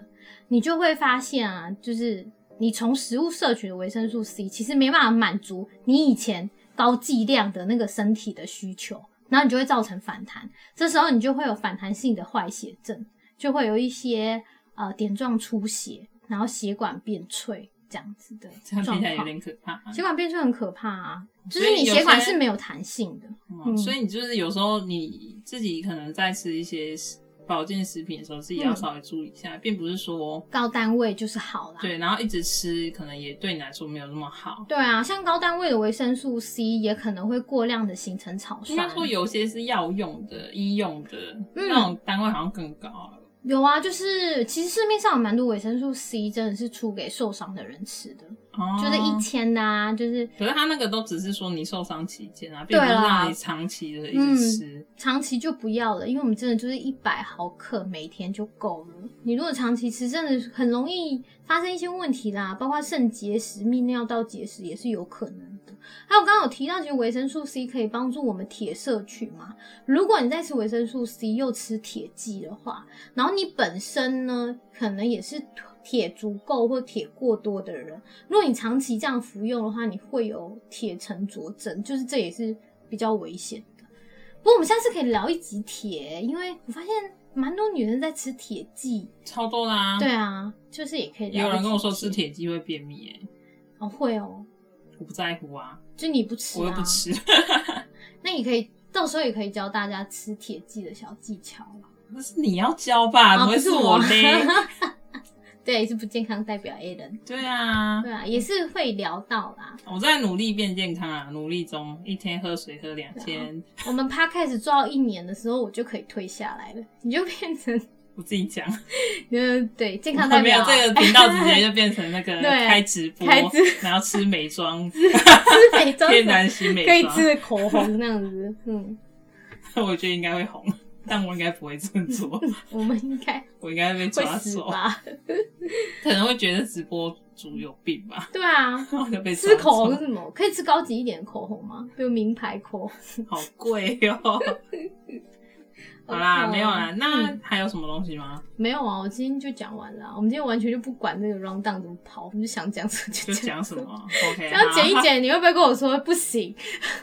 [SPEAKER 1] 你就会发现啊，就是你从食物摄取的维生素 C 其实没办法满足你以前高剂量的那个身体的需求，然后你就会造成反弹。这时候你就会有反弹性的坏血症，就会有一些呃点状出血，然后血管变脆这样子的
[SPEAKER 2] 这样听
[SPEAKER 1] 状
[SPEAKER 2] 起来有
[SPEAKER 1] 况。
[SPEAKER 2] 点可怕、
[SPEAKER 1] 血管变脆很可怕啊，就
[SPEAKER 2] 所
[SPEAKER 1] 是
[SPEAKER 2] 以
[SPEAKER 1] 你
[SPEAKER 2] 有
[SPEAKER 1] 血管
[SPEAKER 2] 些
[SPEAKER 1] 是没有弹性的。
[SPEAKER 2] 嗯，所以你就是有时候你自己可能在吃一些食保健食品的时候，自己
[SPEAKER 1] 嗯
[SPEAKER 2] 要
[SPEAKER 1] 啊
[SPEAKER 2] 稍微注意一下，并不是说
[SPEAKER 1] 高单位就是好啦。
[SPEAKER 2] 对，然后一直吃可能也对你来说没有那么好。
[SPEAKER 1] 对啊，像高单位的维生素 C 也可能会过量的形成草
[SPEAKER 2] 应
[SPEAKER 1] 酸
[SPEAKER 2] 该。说有些是药用的、医用的、
[SPEAKER 1] 嗯
[SPEAKER 2] 那种单位好像更高。
[SPEAKER 1] 有啊，就是其实市面上有蛮多维生素 C 真的是出给受伤的人吃的，
[SPEAKER 2] 哦，
[SPEAKER 1] 就是一千啊，就是
[SPEAKER 2] 可是他那个都只是说你受伤期间啊，并不
[SPEAKER 1] 对
[SPEAKER 2] 是
[SPEAKER 1] 啦嗯
[SPEAKER 2] 让你长期的一直吃。
[SPEAKER 1] 长期就不要了，因为我们真的就是一百毫克每天就够了。你如果长期吃，真的很容易发生一些问题啦，包括肾结石、泌尿道结石也是有可能的。还有刚刚有提到，其实维生素 C 可以帮助我们铁摄取嘛。如果你在吃维生素 C 又吃铁剂的话，然后你本身呢可能也是铁足够或铁过多的人，如果你长期这样服用的话，你会有铁沉着症，就是这也是比较危险的。不过我们下次可以聊一集铁，因为我发现蛮多女人在吃铁剂。
[SPEAKER 2] 超多啦、
[SPEAKER 1] 对，啊，就是也可以聊一集
[SPEAKER 2] 也有人跟我说吃铁鸡会便秘、欸，
[SPEAKER 1] 哦，会哦，
[SPEAKER 2] 我不在乎啊，
[SPEAKER 1] 就你不吃、啊，
[SPEAKER 2] 我又不。吃。 [laughs]
[SPEAKER 1] 那你可以到时候也可以教大家吃铁剂的小技巧啦。
[SPEAKER 2] 那是你要教吧，怎
[SPEAKER 1] 啊
[SPEAKER 2] 么会是我嘞？
[SPEAKER 1] 对，是不健康代表 A 人。
[SPEAKER 2] 对啊，
[SPEAKER 1] 对啊，也是会聊到啦。
[SPEAKER 2] 我在努力变健康啊，努力中，一天喝水喝两千，
[SPEAKER 1] 我们 p 开始做到一年的时候，我就可以退下来了，你就变成 [laughs]
[SPEAKER 2] 我自己讲，
[SPEAKER 1] 呃，对，健康
[SPEAKER 2] 我
[SPEAKER 1] 代
[SPEAKER 2] [laughs] 没有
[SPEAKER 1] 表
[SPEAKER 2] 这个频道直接就变成
[SPEAKER 1] [laughs]
[SPEAKER 2] 那个
[SPEAKER 1] 对
[SPEAKER 2] 开直播
[SPEAKER 1] 开直，
[SPEAKER 2] [laughs] 然后吃
[SPEAKER 1] [laughs]
[SPEAKER 2] 美妆，
[SPEAKER 1] 吃 [laughs] 美妆
[SPEAKER 2] 天然洗美
[SPEAKER 1] 可以
[SPEAKER 2] 妆，
[SPEAKER 1] 吃的口红那样子，嗯，
[SPEAKER 2] 我觉得应该会红， [laughs] 但我应该不会这么
[SPEAKER 1] [laughs]
[SPEAKER 2] 做，
[SPEAKER 1] 我们应该
[SPEAKER 2] 我应该会被
[SPEAKER 1] 会
[SPEAKER 2] 抓
[SPEAKER 1] 死
[SPEAKER 2] 走，
[SPEAKER 1] 吧？
[SPEAKER 2] 可能会觉得直播主有病
[SPEAKER 1] [laughs]
[SPEAKER 2] 吧，
[SPEAKER 1] 对啊，
[SPEAKER 2] 然后就被抓
[SPEAKER 1] 吃口红
[SPEAKER 2] 走 [laughs]
[SPEAKER 1] 是什么？可以吃高 [laughs] 级一点的口红吗？比如名牌口红。
[SPEAKER 2] 好贵哦。好啦，没有啦，那
[SPEAKER 1] 嗯
[SPEAKER 2] 还有什么东西吗？
[SPEAKER 1] 没有啊，我今天就讲完了啊。我们今天完全就不管那个 round down 怎么跑，我们就想讲什么
[SPEAKER 2] 就
[SPEAKER 1] 就
[SPEAKER 2] 讲什
[SPEAKER 1] 什
[SPEAKER 2] 么
[SPEAKER 1] 么。 [laughs]
[SPEAKER 2] ？OK，
[SPEAKER 1] 然后
[SPEAKER 2] 好
[SPEAKER 1] 剪一，剪，你会不会跟我说不行？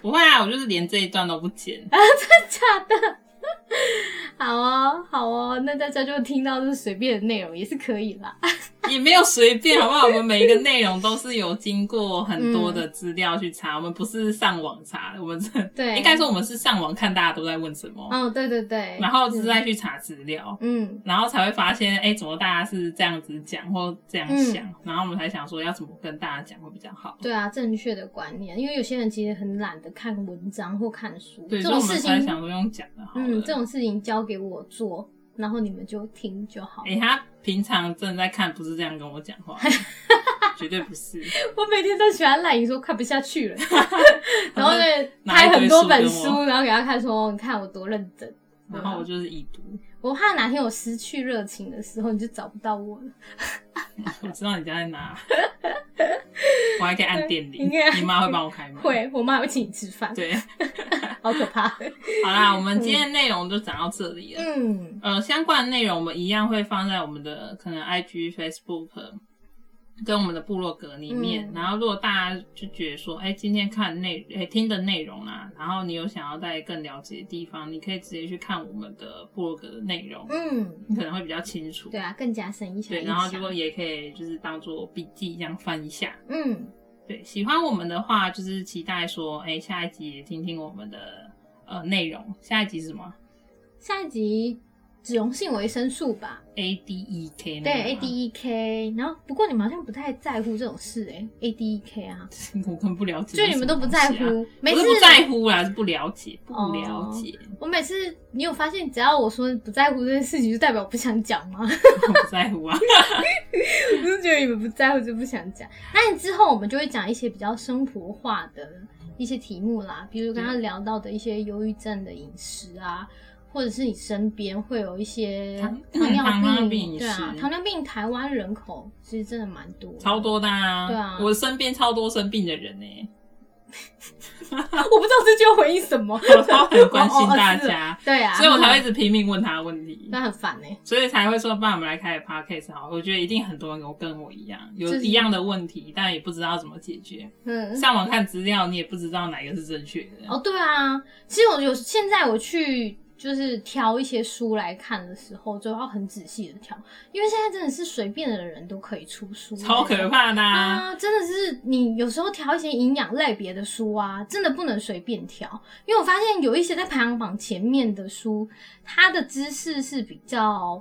[SPEAKER 2] 不会啊，我就是连这一段都不剪。
[SPEAKER 1] 假的？好哦，好哦，那大家就听到就是随便的内容也是可以啦。
[SPEAKER 2] [laughs] 也没有随便，好不好？我们每一个内容都是有经过很多的资料去查，我们不是上网查，我们是
[SPEAKER 1] 嗯对
[SPEAKER 2] 应该说我们是上网看大家都在问什么，
[SPEAKER 1] 哦，对对对，
[SPEAKER 2] 然后是再去查资料，
[SPEAKER 1] 嗯
[SPEAKER 2] 然后才会发现，哎、怎么大家是这样子讲或这样想，然后我们才想说要怎么跟大家讲会比较好。
[SPEAKER 1] 嗯对啊，正确的观念，因为有些人其实很懒得看文章或看书，
[SPEAKER 2] 对，
[SPEAKER 1] 这
[SPEAKER 2] 所以
[SPEAKER 1] 种
[SPEAKER 2] 我们
[SPEAKER 1] 事
[SPEAKER 2] 才
[SPEAKER 1] 情，
[SPEAKER 2] 想说用讲的好了。
[SPEAKER 1] 嗯，这种事情交给我做，然后你们就听就好。
[SPEAKER 2] 哎、他平常正在看，不是这样跟我讲话，
[SPEAKER 1] [laughs]
[SPEAKER 2] 绝对不是。
[SPEAKER 1] 我每天都喜欢赖你说看不下
[SPEAKER 2] [laughs]
[SPEAKER 1] 去了，然后呢
[SPEAKER 2] 拿
[SPEAKER 1] 拍
[SPEAKER 2] 一堆
[SPEAKER 1] 很多本
[SPEAKER 2] 书跟我
[SPEAKER 1] 书，然后给他看说，你看我多认真。
[SPEAKER 2] 然后我就是已读，
[SPEAKER 1] 我怕哪天我失去热情的时候，你就找不到我了。
[SPEAKER 2] [laughs] 我知道你家在
[SPEAKER 1] [laughs]
[SPEAKER 2] 哪，我还可以按电铃
[SPEAKER 1] 应该，
[SPEAKER 2] 你妈会帮我开门。，
[SPEAKER 1] 会，我妈会请你吃饭，
[SPEAKER 2] 嗯对，
[SPEAKER 1] 好可
[SPEAKER 2] [laughs]
[SPEAKER 1] 怕。
[SPEAKER 2] 好啦，我们今天的内容就讲到这里了。
[SPEAKER 1] 嗯，
[SPEAKER 2] 呃，相关的内容我们一样会放在我们的可能 IG、Facebook 跟我们的部落格里面。
[SPEAKER 1] 嗯
[SPEAKER 2] 然后，如果大家就觉得说，哎、今天看内、哎听的内容啊，然后你有想要再更了解的地方，你可以直接去看我们的部落格的内容，
[SPEAKER 1] 嗯，
[SPEAKER 2] 你可能会比较清楚。
[SPEAKER 1] 对啊，更加深一下。
[SPEAKER 2] 对，然后结果也可以就是当做笔记一样翻一下。
[SPEAKER 1] 嗯，
[SPEAKER 2] 对，喜欢我们的话，就是期待说，哎、下一集也听听我们的呃内容。下一集是什么
[SPEAKER 1] 下一集脂溶性维生素吧，
[SPEAKER 2] ？A D E K
[SPEAKER 1] 对 A D E K。然后不过你们好像不太在乎这种事哎、a D E K 啊，
[SPEAKER 2] E，我 [laughs] 更不了解、
[SPEAKER 1] 就你们都不在乎，，每
[SPEAKER 2] 不
[SPEAKER 1] 次
[SPEAKER 2] 是啊不在乎啦，是不了解，不
[SPEAKER 1] 哦
[SPEAKER 2] 了解， [laughs]
[SPEAKER 1] 我每次，你有发现，只要我说不在乎这件事情，就代表我不想讲
[SPEAKER 2] [laughs]
[SPEAKER 1] 吗？
[SPEAKER 2] 我不在乎啊。
[SPEAKER 1] 我就觉得你们不在乎就不想讲。那你之后我们就会讲一些比较生活化的一些题目啦，比如刚刚聊到的一些忧郁症的饮食啊，或者是你身边会有一些
[SPEAKER 2] 糖
[SPEAKER 1] 糖尿
[SPEAKER 2] 糖尿病饮食
[SPEAKER 1] 对啊，糖尿病台湾人口其实真的蛮多的，
[SPEAKER 2] 超多的啊！
[SPEAKER 1] 对啊
[SPEAKER 2] 我身边超多生病的人呢、
[SPEAKER 1] [laughs] 我不知道这句要回应什么，
[SPEAKER 2] 我都很关心大
[SPEAKER 1] 哦
[SPEAKER 2] 家
[SPEAKER 1] 哦是对啊，啊
[SPEAKER 2] 所以我才会一直拼命问他问题，
[SPEAKER 1] 那很烦欸呢、
[SPEAKER 2] 所以才会说，爸，我们来开个 podcast 好了。我觉得一定很多人有跟我一样，有
[SPEAKER 1] 就是
[SPEAKER 2] 一样的问题，但也不知道怎么解决。
[SPEAKER 1] 嗯。
[SPEAKER 2] 上网看资料，你也不知道哪个是正确的。
[SPEAKER 1] 哦，对啊，其实我有现在我去就是挑一些书来看的时候，就要很仔细的挑，因为现在真的是随便的人都可以出书，
[SPEAKER 2] 超可怕的、啊！
[SPEAKER 1] 啊！真的是你有时候挑一些营养类别的书啊，真的不能随便挑，因为我发现有一些在排行榜前面的书，它的知识是比较，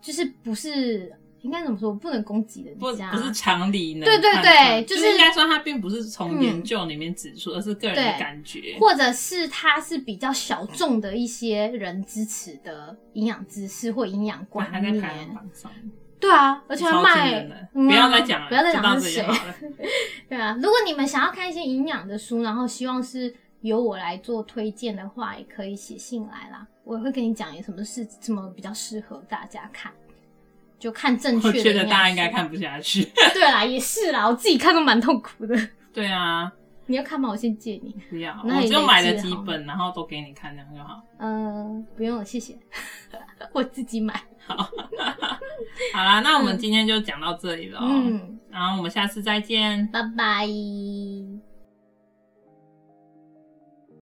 [SPEAKER 1] 就是不是应该怎么说，不能攻击人
[SPEAKER 2] 不
[SPEAKER 1] 家，
[SPEAKER 2] 不是常理能
[SPEAKER 1] 对对
[SPEAKER 2] 判断
[SPEAKER 1] 对就
[SPEAKER 2] 就是应该说它并不是从研究里面指出，而是个人的感觉。
[SPEAKER 1] 或者是它是比较小众的一些人支持的营养知识或营养观
[SPEAKER 2] 啊还在排行
[SPEAKER 1] 念。
[SPEAKER 2] 榜上，
[SPEAKER 1] 对啊，而且还
[SPEAKER 2] 超惊
[SPEAKER 1] 卖
[SPEAKER 2] 人的，。
[SPEAKER 1] 嗯啊
[SPEAKER 2] 不要再讲了，
[SPEAKER 1] 不要再
[SPEAKER 2] 就到
[SPEAKER 1] 讲是
[SPEAKER 2] 这里
[SPEAKER 1] 谁
[SPEAKER 2] 好。了。
[SPEAKER 1] 对啊，如果你们想要看一些营养的书，然后希望是由我来做推荐的话，也可以写信来啦，我也会跟你讲有什么是什么比较适合大家看。就看 [laughs] 正确
[SPEAKER 2] 我
[SPEAKER 1] 的，
[SPEAKER 2] 觉得大家应
[SPEAKER 1] 啊
[SPEAKER 2] 该。看不下去。 [laughs]
[SPEAKER 1] 对啦，也是啦，我自己看都蛮痛苦的。
[SPEAKER 2] 对啊，
[SPEAKER 1] 你要看吗？我先借你。
[SPEAKER 2] 不要，
[SPEAKER 1] 那
[SPEAKER 2] 我
[SPEAKER 1] 你
[SPEAKER 2] 就买了
[SPEAKER 1] 累积
[SPEAKER 2] 几
[SPEAKER 1] 好
[SPEAKER 2] 本，然后都给你看，这样就好。
[SPEAKER 1] 嗯、不用了，谢 [laughs] 谢。我自己买。
[SPEAKER 2] 好啦，那我们今天就讲到这里了。
[SPEAKER 1] 嗯，
[SPEAKER 2] 然后我们下次再见，
[SPEAKER 1] 拜拜。